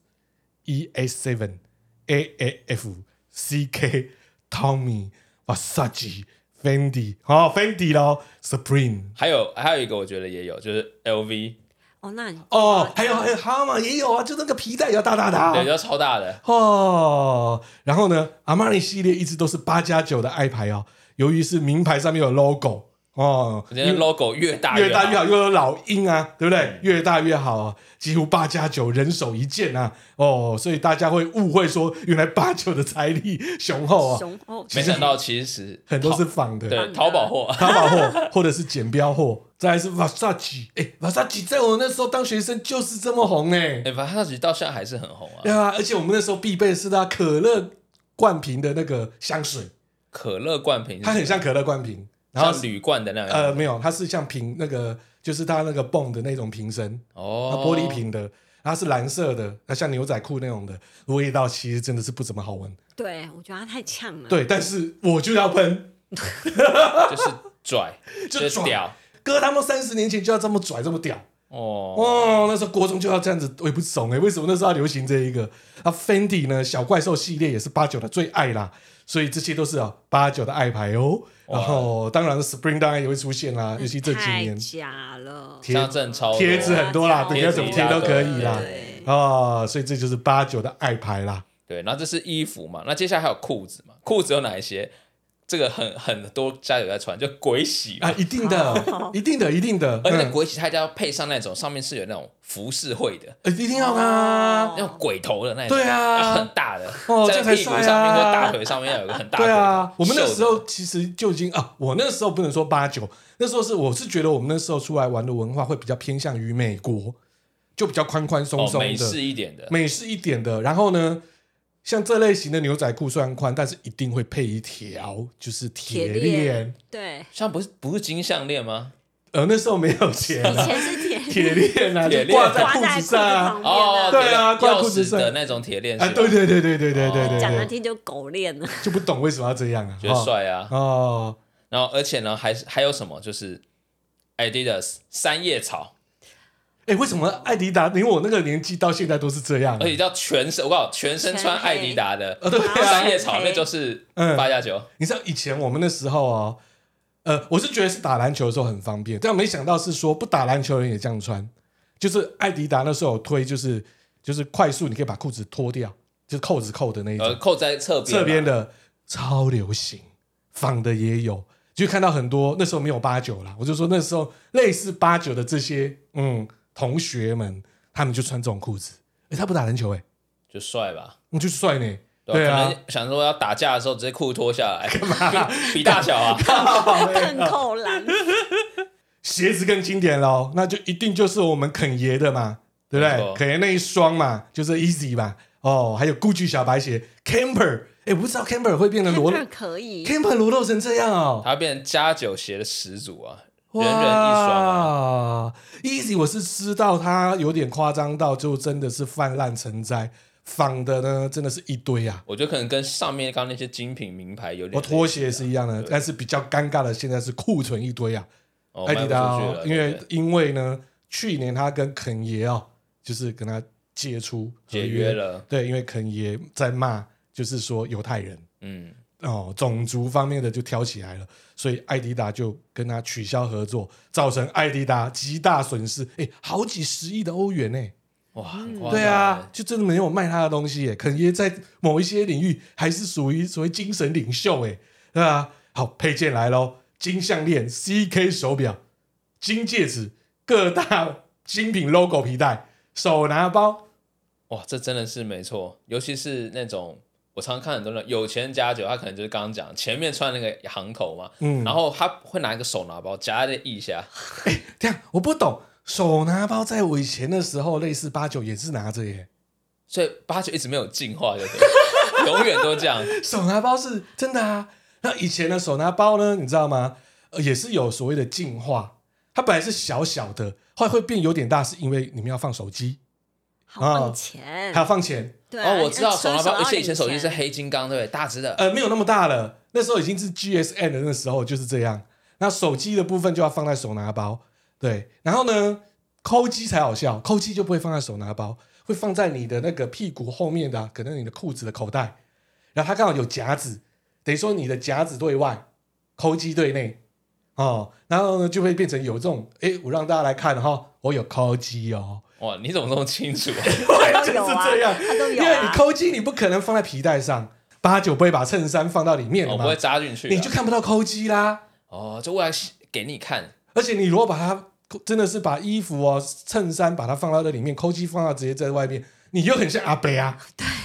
[SPEAKER 1] E S Seven、A A F、C K、Tommy、Versace、 Fendi，好、哦、Fendi 咯，Supreme
[SPEAKER 3] 还有还有一个我觉得也有，就是 LV，
[SPEAKER 2] 哦，那你
[SPEAKER 1] 哦，还有还有哈嘛也有啊，就那个皮带也要大大的、
[SPEAKER 3] 对，
[SPEAKER 1] 啊、
[SPEAKER 3] 就超大的，
[SPEAKER 1] 哦。然后呢，阿玛尼系列一直都是八加九的爱牌哦，由于是名牌上面有 logo 哦，
[SPEAKER 3] 我觉得 logo 越大
[SPEAKER 1] 越大
[SPEAKER 3] 好嗯
[SPEAKER 1] 越好，又有老鹰啊，对不对？越大越好啊，几乎八加九人手一件啊，哦，所以大家会误会说，原来八九的财力雄厚啊，
[SPEAKER 2] 熊哦，
[SPEAKER 3] 没想到其实
[SPEAKER 1] 很多是
[SPEAKER 3] 淘
[SPEAKER 1] 仿的，
[SPEAKER 3] 对淘宝货，
[SPEAKER 1] 淘宝货 或者是剪标货，再来是 Versace，哎、v e r s a c e 在我那时候当学生就是这么红哎、
[SPEAKER 3] 哎，反正它其实到现在还是很红啊
[SPEAKER 1] 对。啊，而且我们那时候必备的是它可乐罐瓶的那个香水，
[SPEAKER 3] 可乐灌瓶，
[SPEAKER 1] 它很像可乐罐瓶，然后
[SPEAKER 3] 像铝罐的那样，
[SPEAKER 1] 呃没有，它是像瓶那个就是它那个泵的那种瓶身，它
[SPEAKER 3] 哦，
[SPEAKER 1] 玻璃瓶的，它是蓝色的，它像牛仔裤那种的，味道其实真的是不怎么好闻。
[SPEAKER 2] 对我觉得他太呛了，
[SPEAKER 1] 对，但是我就要喷，
[SPEAKER 3] 就是拽，
[SPEAKER 1] 就是拽
[SPEAKER 3] 屌
[SPEAKER 1] 哥他们三十年前就要这么拽这么屌。
[SPEAKER 3] 哦，
[SPEAKER 1] 哦，那时候国中就要这样子，我也不懂哎、为什么那时候要流行这一个？啊，Fendi 呢，小怪兽系列也是八九的最爱啦，所以这些都是啊八九的爱牌哦。然后当然 Spring 当然也会出现啦，尤其这几
[SPEAKER 2] 太
[SPEAKER 1] 年
[SPEAKER 2] 假了，
[SPEAKER 1] 贴
[SPEAKER 3] 像正超多
[SPEAKER 1] 贴纸很多啦，等
[SPEAKER 2] 贴纸
[SPEAKER 1] 下怎么贴都可以啦
[SPEAKER 3] 对。
[SPEAKER 2] 对，
[SPEAKER 1] 哦，所以这就是八九的爱牌啦。
[SPEAKER 3] 对，然后这是衣服嘛，那接下来还有裤子嘛，裤子有哪一些？这个很很多家有在穿，就鬼洗嘛
[SPEAKER 1] 啊，一定的， 一定的，一定的，
[SPEAKER 3] 而且那
[SPEAKER 1] 嗯
[SPEAKER 3] 鬼洗它就要配上那种上面是有那种浮世绘的，
[SPEAKER 1] 呃一定要啊
[SPEAKER 2] 哦。
[SPEAKER 3] 那种鬼头的那种，
[SPEAKER 1] 对啊
[SPEAKER 3] 要很大的，
[SPEAKER 1] 哦
[SPEAKER 3] 在
[SPEAKER 1] 这样才
[SPEAKER 3] 屁股
[SPEAKER 1] 帅啊
[SPEAKER 3] 上面或大腿上面要有个很大的
[SPEAKER 1] 对
[SPEAKER 3] 鬼头。
[SPEAKER 1] 啊，我们那
[SPEAKER 3] 瘦的哦
[SPEAKER 1] 时候其实就已经啊，我那时候不能说八九，那时候是我是觉得我们那时候出来玩的文化会比较偏向于美国，就比较宽宽松
[SPEAKER 3] 哦
[SPEAKER 1] 松的、
[SPEAKER 3] 美式一点的，
[SPEAKER 1] 美式一点的。然后呢，像这类型的牛仔裤虽然宽，但是一定会配一条就是铁
[SPEAKER 2] 铁链，对，
[SPEAKER 3] 像不是不是金项链吗？
[SPEAKER 1] 呃，那时候没有钱
[SPEAKER 2] 以
[SPEAKER 1] 啊，
[SPEAKER 2] 前是铁
[SPEAKER 1] 铁链啊，
[SPEAKER 3] 铁
[SPEAKER 1] 就
[SPEAKER 3] 链
[SPEAKER 1] 挂在
[SPEAKER 2] 挂
[SPEAKER 1] 裤
[SPEAKER 2] 在
[SPEAKER 1] 子
[SPEAKER 2] 裤子
[SPEAKER 1] 上啊
[SPEAKER 2] 旁，边的，
[SPEAKER 3] 哦，
[SPEAKER 1] 对啊挂
[SPEAKER 3] 钥
[SPEAKER 1] 裤子
[SPEAKER 3] 匙
[SPEAKER 1] 上
[SPEAKER 3] 的那种铁链是
[SPEAKER 1] 啊，
[SPEAKER 3] 吧
[SPEAKER 1] 对对对对对对对
[SPEAKER 3] 哦
[SPEAKER 1] 对
[SPEAKER 2] 讲难
[SPEAKER 1] 对，
[SPEAKER 2] 听就狗链了，
[SPEAKER 1] 就不懂为什么要这样啊，
[SPEAKER 3] 觉得帅啊。
[SPEAKER 1] 哦。
[SPEAKER 3] 然后而且呢，还是还有什么就是 Adidas 三叶草，
[SPEAKER 1] 哎、为什么艾迪达连我那个年纪到现在都是这样、啊？
[SPEAKER 3] 而且叫全身，我告诉你，全身穿
[SPEAKER 2] 全黑
[SPEAKER 3] 艾迪达的
[SPEAKER 1] 啊，对啊，
[SPEAKER 3] 三叶草
[SPEAKER 2] 全黑
[SPEAKER 3] 那就是
[SPEAKER 1] 嗯
[SPEAKER 3] 八加九，
[SPEAKER 1] 你知道以前我们那时候哦，呃，我是觉得是打篮球的时候很方便，但没想到是说不打篮球的人也这样穿，就是艾迪达那时候有推就是就是快速你可以把裤子脱掉，就是扣子扣的那一种，
[SPEAKER 3] 呃，扣在侧边
[SPEAKER 1] 嗯
[SPEAKER 3] 嘛
[SPEAKER 1] 侧边的超流行，仿的也有，就看到很多那时候没有八九啦，我就说那时候类似八九的这些嗯同学们，他们就穿这种裤子，诶，他不打篮球诶，
[SPEAKER 3] 就帅吧。
[SPEAKER 1] 你就帅呢，
[SPEAKER 3] 对
[SPEAKER 1] 对
[SPEAKER 3] 吧，
[SPEAKER 1] 啊
[SPEAKER 3] 可，能想说要打架的时候直接裤 脱下来，比比大小啊，
[SPEAKER 2] 更扣篮，
[SPEAKER 1] 鞋子更经典喽，那就一定就是我们肯爷的嘛，对不
[SPEAKER 3] 没
[SPEAKER 1] 对？
[SPEAKER 3] 错
[SPEAKER 1] 肯爷那一双嘛，就是 Easy 嘛，哦，还有 Gucci 小白鞋 Camper，哎，不知道 Camper 会变成 裸
[SPEAKER 2] 那可以，
[SPEAKER 1] Camper 裸露成这样哦，
[SPEAKER 3] 他变成加九鞋的始祖啊，
[SPEAKER 1] 哇
[SPEAKER 3] 人人一双啊。
[SPEAKER 1] Easy 我是知道它有点夸张到就真的是泛滥成灾，仿的呢真的是一堆啊。
[SPEAKER 3] 我觉得可能跟上面刚刚那些精品名牌有点
[SPEAKER 1] 我
[SPEAKER 3] 类似
[SPEAKER 1] 哦
[SPEAKER 3] 啊，
[SPEAKER 1] 拖鞋是一样的，
[SPEAKER 3] 对
[SPEAKER 1] 但是比较尴尬的现在是库存一堆啊，
[SPEAKER 3] 哦
[SPEAKER 1] 艾迪达
[SPEAKER 3] 卖不
[SPEAKER 1] 哦
[SPEAKER 3] 出，去了
[SPEAKER 1] 因为
[SPEAKER 3] 对不对
[SPEAKER 1] 因为呢，去年他跟肯爷哦，就是跟他解除合
[SPEAKER 3] 解约，了，
[SPEAKER 1] 对，因为肯爷在骂，就是说犹太人
[SPEAKER 3] 嗯，
[SPEAKER 1] 哦，种族方面的就挑起来了，所以艾迪达就跟他取消合作，造成艾迪达极大损失，哎，好几十亿的欧元呢、
[SPEAKER 3] 哇，很夸张
[SPEAKER 1] 对啊
[SPEAKER 3] 欸，，
[SPEAKER 1] 就真的没有卖他的东西耶。肯耶在某一些领域还是属于所谓精神领袖哎，对啊。好，配件来喽，金项链、CK 手表、金戒指、各大精品 logo 皮带、手拿包，
[SPEAKER 3] 哇，这真的是没错，尤其是那种我常看很多人有钱人加酒，他可能就是刚刚讲前面穿那个行头嘛，
[SPEAKER 1] 嗯
[SPEAKER 3] 然后他会拿一个手拿包夹在腋下，
[SPEAKER 1] 这样我不懂。手拿包在我以前的时候，类似八九也是拿着耶。
[SPEAKER 3] 所以八九一直没有进化，对不对？ 永远都这样，
[SPEAKER 1] 手拿包是真的啊。那以前的手拿包呢，你知道吗？呃也是有所谓的进化，它本来是小小的，后来会变有点大，是因为你们要放手机，
[SPEAKER 2] 好放钱
[SPEAKER 1] 还，要放钱，
[SPEAKER 2] 对啊，
[SPEAKER 3] 哦，我知道
[SPEAKER 2] 那车
[SPEAKER 3] 手拿包，而且以前
[SPEAKER 2] 领
[SPEAKER 3] 手机是
[SPEAKER 2] 钱
[SPEAKER 3] 黑金刚，对不对？大只 的，
[SPEAKER 1] 呃，没有那么大了。那时候已经是 GSM 的那时候就是这样。那手机的部分就要放在手拿包，对。然后呢，抠机才好笑，抠机就不会放在手拿包，会放在你的那个屁股后面的啊、可能你的裤子的口袋。然后它刚好有夹子，等于说你的夹子对外，投机对内哦，然后呢就会变成有这种，哎，我让大家来看哈、我有抠机哦，
[SPEAKER 3] 哇，你怎么那么清 楚、啊？
[SPEAKER 1] 对，
[SPEAKER 2] 都
[SPEAKER 1] 就
[SPEAKER 2] 有
[SPEAKER 1] 是
[SPEAKER 2] 啊
[SPEAKER 1] 这样，
[SPEAKER 2] 他都有
[SPEAKER 1] 因为你
[SPEAKER 2] 啊。
[SPEAKER 1] 抠机你不可能放在皮带上，八九不会把衬衫放到里面
[SPEAKER 3] 我、
[SPEAKER 1] 了
[SPEAKER 3] 不
[SPEAKER 1] 嘛，
[SPEAKER 3] 会扎进去啊、
[SPEAKER 1] 你就看不到抠机啦。
[SPEAKER 3] 哦，就为了给你看，
[SPEAKER 1] 而且你如果把它真的是把衣服哦、衬衫把它放到这里面，抠机放到直接在外面，你又很像阿北啊，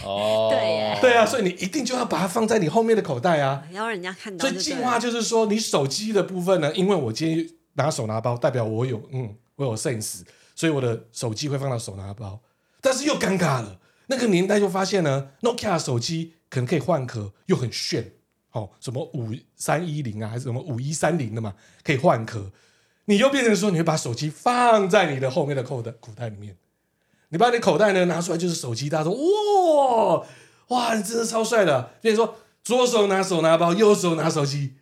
[SPEAKER 3] 哦，
[SPEAKER 2] 对耶
[SPEAKER 1] 对啊，所以你一定就要把它放在你后面的口袋啊。
[SPEAKER 2] 要让人家看到
[SPEAKER 1] 所
[SPEAKER 2] 就
[SPEAKER 1] 以
[SPEAKER 2] 对了。
[SPEAKER 1] 进化就是说，你手机的部分呢，因为我今天拿手拿包，代表我有嗯，我有 sense，所以我的手机会放到手拿包。但是又尴尬了，那个年代就发现呢，Nokia 的手机可能可以换壳，又很炫，哦，什么五三一零啊，还是什么五一三零的嘛，可以换壳。你又变成说，你会把手机放在你的后面的口袋口袋里面，你把你口袋呢拿出来就是手机，大家说哇哇，你真的超帅的。变成说左手拿手拿包，右手拿手机，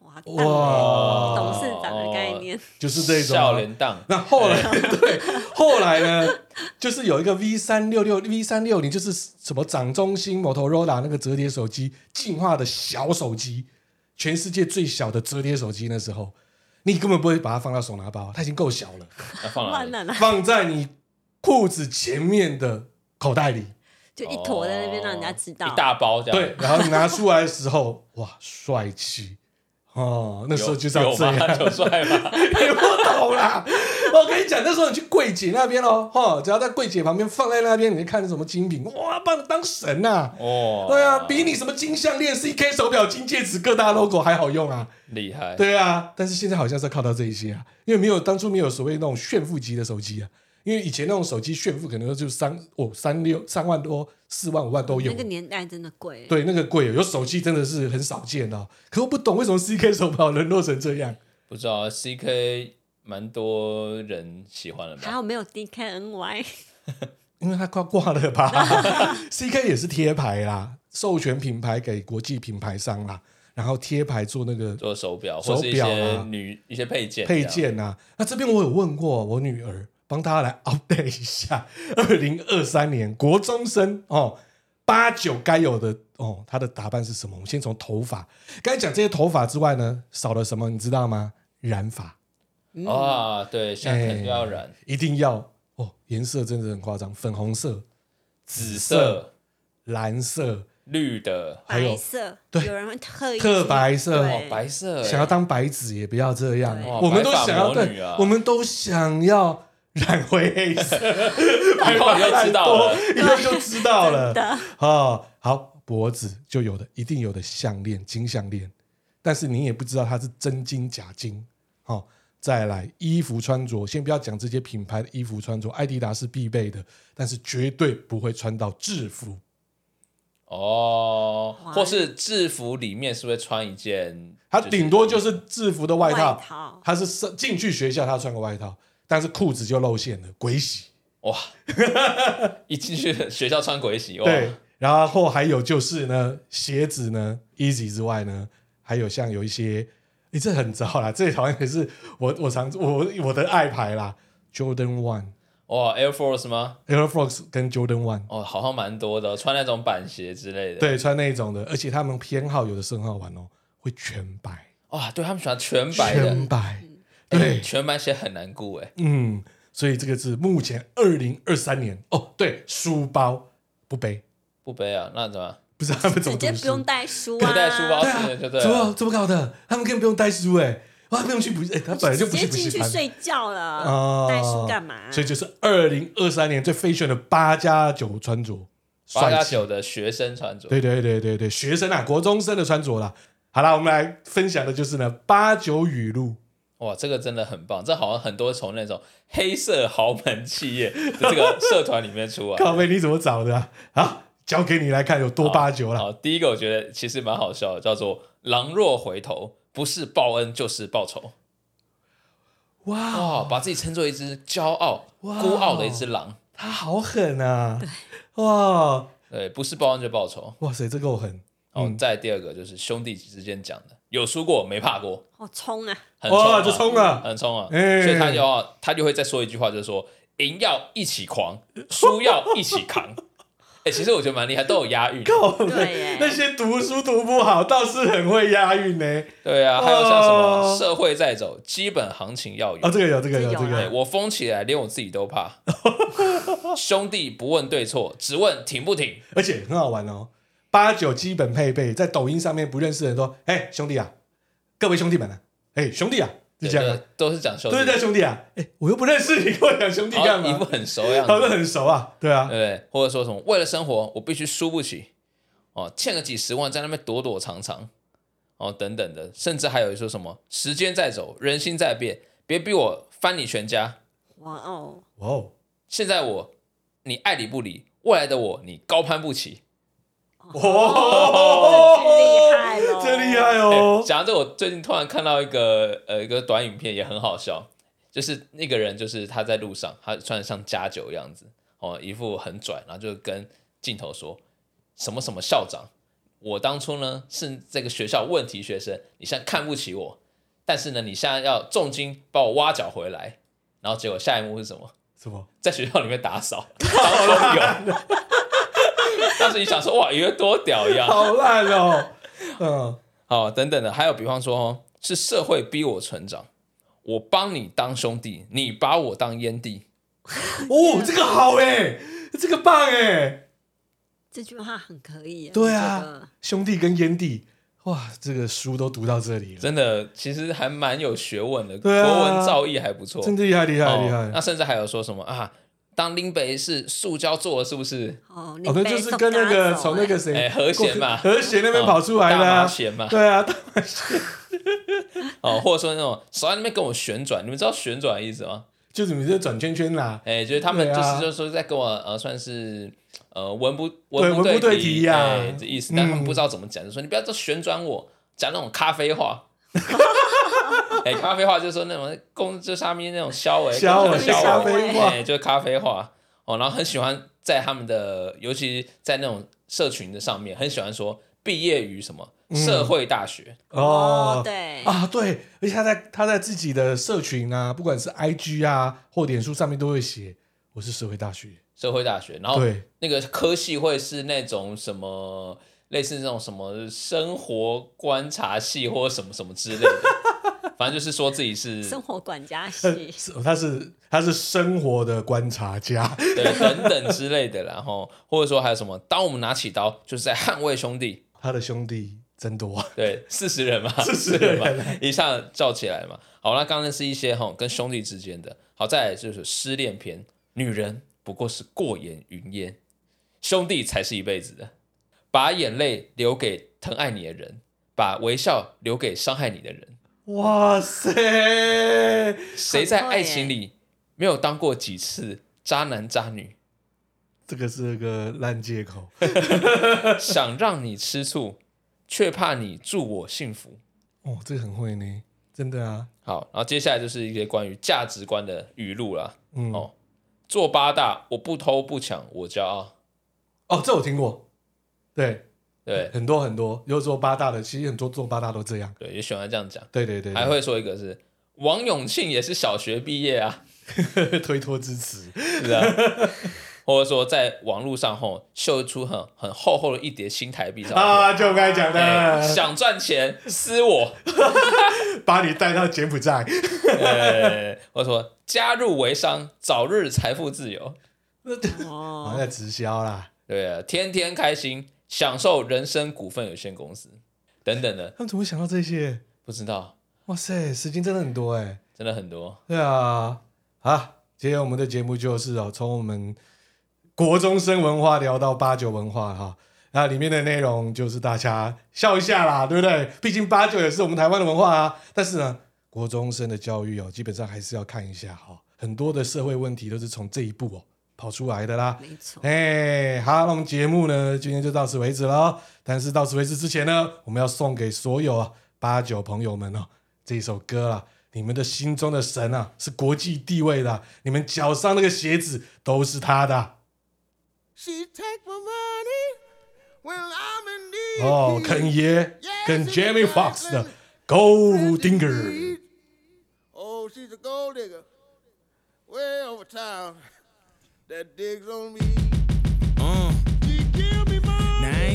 [SPEAKER 2] 哇，
[SPEAKER 3] 哎
[SPEAKER 2] 蛋
[SPEAKER 1] 哇
[SPEAKER 2] 董事长的概念，
[SPEAKER 1] 就是这种、啊
[SPEAKER 3] 笑脸 档，
[SPEAKER 1] 那后来对，后来呢，就是有一个 V 三六六 V 三六零，就是什么掌中心 Motorola 那个折叠手机进化的小手机，全世界最小的折叠手机。那时候你根本不会把它放到手拿包，它已经够小了，
[SPEAKER 3] 那放哪
[SPEAKER 2] 乱
[SPEAKER 3] 里？
[SPEAKER 2] 了啦，
[SPEAKER 1] 放在你裤子前面的口袋里。
[SPEAKER 2] 就一坨在那边让人家知道。
[SPEAKER 3] 哦一大包这样，
[SPEAKER 1] 对，然后拿出来的时候，哇，帅气哦！那
[SPEAKER 3] 有，
[SPEAKER 1] 时候就是要
[SPEAKER 3] 有
[SPEAKER 1] 这
[SPEAKER 3] 吗？
[SPEAKER 1] 样。
[SPEAKER 3] 有帅吗？
[SPEAKER 1] 也不懂啦。 我跟你讲，那时候你去柜姐那边哦，哈，只要在柜姐旁边放在那边，你就看什么精品，哇，把你当神呐、
[SPEAKER 3] 哦，
[SPEAKER 1] 对啊，比你什么金项链、CK 手表、金戒指、各大 logo 还好用啊。
[SPEAKER 3] 厉害，
[SPEAKER 1] 对啊，但是现在好像是要靠到这一些啊，因为没有当初没有所谓那种炫富级的手机啊，因为以前那种手机炫富可能就三哦三六三万多、四万五万都哦有啊
[SPEAKER 2] 那个。年代真的
[SPEAKER 3] 欸
[SPEAKER 2] 贵，
[SPEAKER 1] 对，那个贵哦，有手机真的是很少见哦。可我不懂为什么 CK 手表沦落成这样。
[SPEAKER 3] 不知道 CK 蛮多人喜欢的
[SPEAKER 2] 还
[SPEAKER 3] 吧？
[SPEAKER 2] 好没有 DKNY，
[SPEAKER 1] 因为它挂挂了吧 ，CK 也是贴牌啦，授权品牌给国际品牌商啦，然后贴牌做那个
[SPEAKER 3] 做手表
[SPEAKER 1] 手
[SPEAKER 3] 或是一
[SPEAKER 1] 表
[SPEAKER 3] 些
[SPEAKER 1] 啊
[SPEAKER 3] 女一些配件这
[SPEAKER 1] 配
[SPEAKER 3] 样，
[SPEAKER 1] 件啊。那这边我有问过我女儿，帮大家来 update 一下，二零二三年国中生哦，八九该有的哦，她的打扮是什么？我们先从头发，刚才讲这些头发之外呢，少了什么你知道吗？染发。
[SPEAKER 3] 啊，对，现在肯定要染
[SPEAKER 1] 哎一定要哦，颜色真的很夸张，粉红色、
[SPEAKER 3] 紫
[SPEAKER 1] 色
[SPEAKER 3] 色、
[SPEAKER 1] 蓝色。
[SPEAKER 3] 绿的、
[SPEAKER 1] 还有
[SPEAKER 2] 白色，
[SPEAKER 1] 对
[SPEAKER 2] 有人会特意
[SPEAKER 1] 特白色
[SPEAKER 2] 对
[SPEAKER 1] 哦
[SPEAKER 3] 白色，哎
[SPEAKER 1] 想要当白纸也不要这样，
[SPEAKER 2] 对
[SPEAKER 1] 我们都想要
[SPEAKER 3] 哇白发魔女
[SPEAKER 1] 对
[SPEAKER 3] 啊，
[SPEAKER 1] 我们都想要染回黑色，
[SPEAKER 3] 以后你哦就知道了，
[SPEAKER 1] 以后就知道了
[SPEAKER 2] 真的
[SPEAKER 1] 哦。好，脖子就有的，一定有的项链，金项链，但是你也不知道它是真金假金。哦，再来衣服穿着，先不要讲这些品牌的衣服穿着，艾迪达是必备的，但是绝对不会穿到制服。
[SPEAKER 3] 哦，
[SPEAKER 2] 哇
[SPEAKER 3] 或是制服里面是不是穿一件？
[SPEAKER 1] 他顶多就是制服的外套，
[SPEAKER 2] 外套
[SPEAKER 1] 他是上进去学校他穿个外套，但是裤子就露馅了，鬼洗。
[SPEAKER 3] 哇， 一进去学校穿鬼洗哇，
[SPEAKER 1] 对，然后还有就是呢，鞋子呢，Easy 之外呢，还有像有一些，你、这很糟啦，这好像也是我我常我我的爱牌啦，Jordan One、
[SPEAKER 3] 哇，Air Force 吗？
[SPEAKER 1] Air Force 跟 Jordan One，
[SPEAKER 3] 哦，好像蛮多的，穿那种板鞋之类的。
[SPEAKER 1] 对，穿那一种的，而且他们偏好有的是很好玩哦，会全白，
[SPEAKER 3] 哇，对他们喜欢全白的，
[SPEAKER 1] 全白，
[SPEAKER 3] 哎
[SPEAKER 1] 对，
[SPEAKER 3] 全白鞋很难顾哎。
[SPEAKER 1] 嗯，所以这个是目前二零二三年哦，对，书包不背，
[SPEAKER 3] 不背啊，那怎么？
[SPEAKER 1] 不知道他们怎
[SPEAKER 2] 直
[SPEAKER 1] 么
[SPEAKER 2] 接
[SPEAKER 1] 读
[SPEAKER 2] 不
[SPEAKER 1] 书
[SPEAKER 2] 用带书啊，
[SPEAKER 3] 不带书包
[SPEAKER 1] 对
[SPEAKER 3] 哦是就对
[SPEAKER 1] 啊，怎么
[SPEAKER 3] 了。
[SPEAKER 1] 怎么搞的？他们根本不用带书哎、哇，不用去补习，哎、他本来就
[SPEAKER 2] 直
[SPEAKER 1] 不去
[SPEAKER 2] 接
[SPEAKER 1] 补
[SPEAKER 2] 进
[SPEAKER 1] 习
[SPEAKER 2] 去
[SPEAKER 1] 班。
[SPEAKER 2] 睡觉了
[SPEAKER 1] 哦，
[SPEAKER 2] 带书干嘛？
[SPEAKER 1] 所以就是二零二三年最 fashion 的八加九穿着，
[SPEAKER 3] 八
[SPEAKER 1] 帅
[SPEAKER 3] 加
[SPEAKER 1] 气
[SPEAKER 3] 九的学生穿着，
[SPEAKER 1] 对对对对对，学生啊，国中生的穿着啦。好啦，我们来分享的就是呢八九语录，
[SPEAKER 3] 哇，这个真的很棒，这好像很多从那种黑色豪门企业 的这个社团里面出啊来。
[SPEAKER 1] 靠背你怎么找的啊？好，交给你来看有多八九啦。
[SPEAKER 3] 好，第一个我觉得其实蛮好笑的，叫做“狼若回头，不是报恩就是报仇”。
[SPEAKER 1] 哇
[SPEAKER 3] 哦，把自己称作一只骄傲、
[SPEAKER 1] 啊哇
[SPEAKER 3] 孤傲的一只狼。
[SPEAKER 1] 他好狠啊！哇
[SPEAKER 3] 对，不是报恩就报仇。
[SPEAKER 1] 哇塞，这够狠！
[SPEAKER 3] 哦，
[SPEAKER 1] 嗯
[SPEAKER 3] 再第二个就是兄弟之间讲的，有输过没怕过，
[SPEAKER 2] 好冲啊！
[SPEAKER 3] 很冲
[SPEAKER 1] 哇，
[SPEAKER 3] 啊，
[SPEAKER 1] 就冲了，
[SPEAKER 3] 很冲啊。
[SPEAKER 1] 哎
[SPEAKER 3] 所以他就 要他就会再说一句话，就是说赢要一起狂，输要一起扛。哎、其实我觉得蛮厉害，都有押韵。
[SPEAKER 1] 靠
[SPEAKER 2] 对耶
[SPEAKER 1] 那些读书读不好，倒是很会押韵呢、
[SPEAKER 3] 对啊，还有像什么
[SPEAKER 1] 哦
[SPEAKER 3] 社会在走，基本行情要有。
[SPEAKER 1] 啊，这个有，这个有，
[SPEAKER 2] 这有
[SPEAKER 1] 这
[SPEAKER 2] 啊
[SPEAKER 1] 个
[SPEAKER 3] 对
[SPEAKER 1] 有。
[SPEAKER 3] 我疯起来，连我自己 都怕。兄弟不问对错，只问挺不挺。
[SPEAKER 1] 而且很好玩哦。八九基本配备，在抖音上面不认识的人说：“哎、兄弟啊，各位兄弟们啊，哎、兄弟啊，就这样、啊，
[SPEAKER 3] 都都是讲兄弟
[SPEAKER 1] 对，对，兄弟啊，哎、我又不认识你，跟我讲兄弟啊
[SPEAKER 3] 好
[SPEAKER 1] 干
[SPEAKER 3] 像一
[SPEAKER 1] 嘛
[SPEAKER 3] 副？很熟的样
[SPEAKER 1] 好像
[SPEAKER 3] 子，
[SPEAKER 1] 很熟啊，对
[SPEAKER 3] 对
[SPEAKER 1] 啊
[SPEAKER 3] 不，对？或者说什么为了生活，我必须输不起，哦，欠个几十万在那边躲躲藏藏，哦，等等的，甚至还有说什么时间在走，人心在变，别逼我翻你全家。
[SPEAKER 2] 哇哦，
[SPEAKER 1] 哇哦，
[SPEAKER 3] 现在我你爱理不理，未来的我你高攀不起。
[SPEAKER 1] 哦，
[SPEAKER 2] 厉害了，
[SPEAKER 1] 真厉害
[SPEAKER 3] 哎
[SPEAKER 1] 哦！
[SPEAKER 3] 讲、到这，我最近突然看到一个呃一个短影片，也很好笑，就是那个人就是他在路上，他穿的像加九样子，哦，一副很拽，然后就跟镜头说什么什么校长，我当初呢是这个学校问题学生，你现在看不起我，但是呢你现在要重金把我挖角回来，然后结果下一幕是什么？
[SPEAKER 1] 什么？
[SPEAKER 3] 在学校里面打扫 当工友。 当时你想说哇，以为多屌一样，
[SPEAKER 1] 好烂哦！嗯，
[SPEAKER 3] 好，等等的，还有比方说哦，是社会逼我成长，我帮你当兄弟，你把我当烟蒂，
[SPEAKER 1] 哦，这个好哎、这个棒哎、
[SPEAKER 2] 这句话很可以耶。
[SPEAKER 1] 对
[SPEAKER 2] 我觉得
[SPEAKER 1] 啊，兄弟跟烟蒂，哇，这个书都读到这里了，
[SPEAKER 3] 真的其实还蛮有学问的，
[SPEAKER 1] 对啊
[SPEAKER 3] 国文造诣还不错，
[SPEAKER 1] 真的厉害，厉害，
[SPEAKER 3] 哦
[SPEAKER 1] 厉害
[SPEAKER 3] 那！甚至还有说什么啊，当林北是塑胶做的，是不是？
[SPEAKER 2] 哦，
[SPEAKER 1] 哦，那
[SPEAKER 2] 被
[SPEAKER 1] 就是
[SPEAKER 2] 送
[SPEAKER 1] 跟那个
[SPEAKER 2] 拿走
[SPEAKER 1] 从那
[SPEAKER 2] 哎
[SPEAKER 1] 个谁、
[SPEAKER 3] 哎和弦嘛哦
[SPEAKER 1] 和弦那边跑出来的、
[SPEAKER 3] 大麻
[SPEAKER 1] 啊，
[SPEAKER 3] 弦嘛，
[SPEAKER 1] 对啊，
[SPEAKER 3] 哦，或者说那种手在那边跟我旋转，你们知道旋转的意思吗？
[SPEAKER 1] 就是你这转圈圈啦，
[SPEAKER 3] 哎、就是他们
[SPEAKER 1] 对
[SPEAKER 3] 就是、
[SPEAKER 1] 啊
[SPEAKER 3] 就是说在跟我呃算是呃文不
[SPEAKER 1] 对
[SPEAKER 3] 不
[SPEAKER 1] 文不对
[SPEAKER 3] 题
[SPEAKER 1] 题呀
[SPEAKER 3] 哎这意思，但他
[SPEAKER 1] 嗯
[SPEAKER 3] 们不知道怎么讲，就说你不要再旋转我，讲那种咖啡话。 哎、咖啡话就是说那种公就上面那种消委，
[SPEAKER 1] 小
[SPEAKER 2] 我
[SPEAKER 1] 我
[SPEAKER 2] 是
[SPEAKER 3] 消
[SPEAKER 1] 咖
[SPEAKER 2] 小我
[SPEAKER 1] 啡
[SPEAKER 3] 哎、
[SPEAKER 1] 话，
[SPEAKER 3] 就是咖啡话哦，然后很喜欢在他们的，尤其在那种社群的上面，很喜欢说毕业于什么
[SPEAKER 1] 嗯
[SPEAKER 3] 社会大学，
[SPEAKER 2] 哦
[SPEAKER 1] 哦，，
[SPEAKER 2] 对，
[SPEAKER 1] 啊，对，而且他在他在自己的社群啊，不管是 IG 啊或脸书上面都会写，我是社会大学，
[SPEAKER 3] 社会大学，然后
[SPEAKER 1] 对
[SPEAKER 3] 那个科系会是那种什么，类似那种什么生活观察系或什么什么之类的， 反正就是说自己是
[SPEAKER 2] 生活管家系
[SPEAKER 1] 呃，是他是他是生活的观察家，
[SPEAKER 3] 对等等之类的啦，然后或者说还有什么，当我们拿起刀，就是在捍卫兄弟，
[SPEAKER 1] 他的兄弟真多，
[SPEAKER 3] 对，四十人嘛，
[SPEAKER 1] 40
[SPEAKER 3] 40
[SPEAKER 1] 人
[SPEAKER 3] 嘛，一下叫起来嘛。好，那刚刚是一些哈跟兄弟之间的，好，再来就是失恋篇，女人不过是过眼云烟，兄弟才是一辈子的，把眼泪留给疼爱你的人，把微笑留给伤害你的人，
[SPEAKER 1] 哇塞，
[SPEAKER 3] 谁在爱情里没有当过几次渣男渣 女？
[SPEAKER 1] 这个是个烂借口，
[SPEAKER 3] 想让你吃醋，却怕你祝我幸福。
[SPEAKER 1] 哦，这个很会呢，真的啊，
[SPEAKER 3] 好，然后接下来就是一些关于价值观的语录啦。
[SPEAKER 1] 嗯，
[SPEAKER 3] 哦做八大，我不偷不抢，我骄傲。
[SPEAKER 1] 哦，这我听过，对
[SPEAKER 3] 对
[SPEAKER 1] 很多很多，有做八大的，其实很多做八大都这样，
[SPEAKER 3] 对，也喜欢这样讲。
[SPEAKER 1] 对对对，对
[SPEAKER 3] 还会说一个是王永庆也是小学毕业啊，
[SPEAKER 1] 推脱支持，
[SPEAKER 3] 是 不是啊？或者说在网络上吼秀出很很厚厚的一叠新台币照片。
[SPEAKER 1] 啊，就我刚才讲
[SPEAKER 3] 哎
[SPEAKER 1] 的，
[SPEAKER 3] 想赚钱撕 我，
[SPEAKER 1] 把你带到柬埔寨，
[SPEAKER 3] 哎或者说加入微商，早日财富自由，
[SPEAKER 1] 好像
[SPEAKER 2] 哦，
[SPEAKER 1] 在直销啦。
[SPEAKER 3] 对啊，天天开心，享受人生股份有限公司等等的，
[SPEAKER 1] 他们怎么会想到这些？
[SPEAKER 3] 不知道，
[SPEAKER 1] 哇塞，时间真的很多哎、
[SPEAKER 3] 真的很多。
[SPEAKER 1] 对啊，好，今天我们的节目就是哦，从我们国中生文化聊到八九文化哈、那里面的内容就是大家笑一下啦，对不对？毕竟八九也是我们台湾的文化啊。但是呢，国中生的教育哦，基本上还是要看一下哈、很多的社会问题都是从这一步哦跑出来的啦。
[SPEAKER 2] 没错，
[SPEAKER 1] 哎，好，那我们节目呢，今天就到此为止了。哦但是到此为止之前呢，我们要送给所有啊八九朋友们哦，这首歌啊，你们的心中的神啊，是国际地位的啊、你们脚上那个鞋子都是他的啊、
[SPEAKER 6] She take my money when I'm in need.
[SPEAKER 1] 哦，肯爷跟 Jamie Foxx 的 Gold Digger。
[SPEAKER 6] Oh, she's a gold digger. Way over town that digs on me.
[SPEAKER 7] Uh,
[SPEAKER 6] She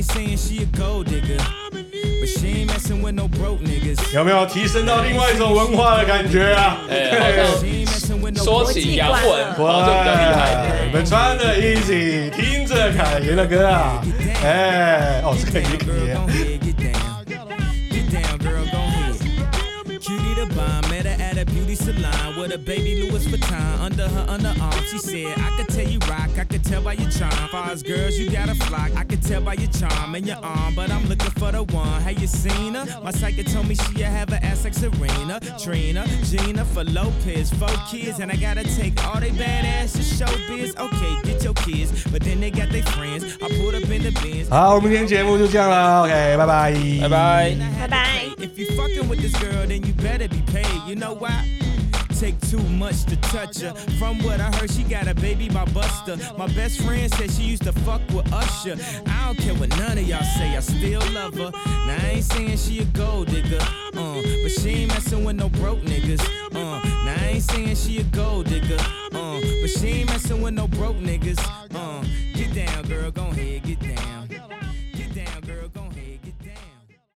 [SPEAKER 7] saying she a gold digger, but she ain't messing with no broke niggas.
[SPEAKER 1] 有没有提升到另外一种文化的感觉啊？
[SPEAKER 3] 哎好像
[SPEAKER 7] She ain't messing with no
[SPEAKER 3] 说
[SPEAKER 7] broke
[SPEAKER 3] 起洋文，
[SPEAKER 1] 哇
[SPEAKER 3] 好像比较厉害。
[SPEAKER 1] 你们穿的 easy，听着凯爷的歌啊，哎，哦，是凯爷
[SPEAKER 7] Get
[SPEAKER 1] 肯
[SPEAKER 7] down,
[SPEAKER 1] 爷
[SPEAKER 7] girl,
[SPEAKER 1] 啊
[SPEAKER 7] gon' head, get down. Get down, girl, gon' head. Cutie the bomb, met her at a beauty salon with a baby Louis Vuitton under her underarm. She said, I could tell you rock, I could tell by your charm. Far as girls, you got a flock, I could tell by your charm and your arm. But I'm looking for the one. Have you seen her? My psychic told me she have an ass like Serena, Trina, Gina for Lopez, four kids, and I gotta take all they badass to showbiz. Okay, get your kids, but then they got their friends. I pulled up in the Benz.
[SPEAKER 1] 好，我们今天节目就这样啦，OK，拜拜，
[SPEAKER 3] 拜。拜。
[SPEAKER 2] 拜拜。
[SPEAKER 7] If you fucking with this girl, then you better be paid. You know why? Take too much to touch her. From what I heard, she got a baby by Buster. My best friend said she used to fuck with Usher. I don't care what none of y'all say, I still love her. Now I ain't saying she a gold digger, uh, but she ain't messing with no broke niggas. Uh, now I ain't saying she a gold digger, uh, but she ain't messing with no broke niggas. Uh, get down, girl, go ahead, get down.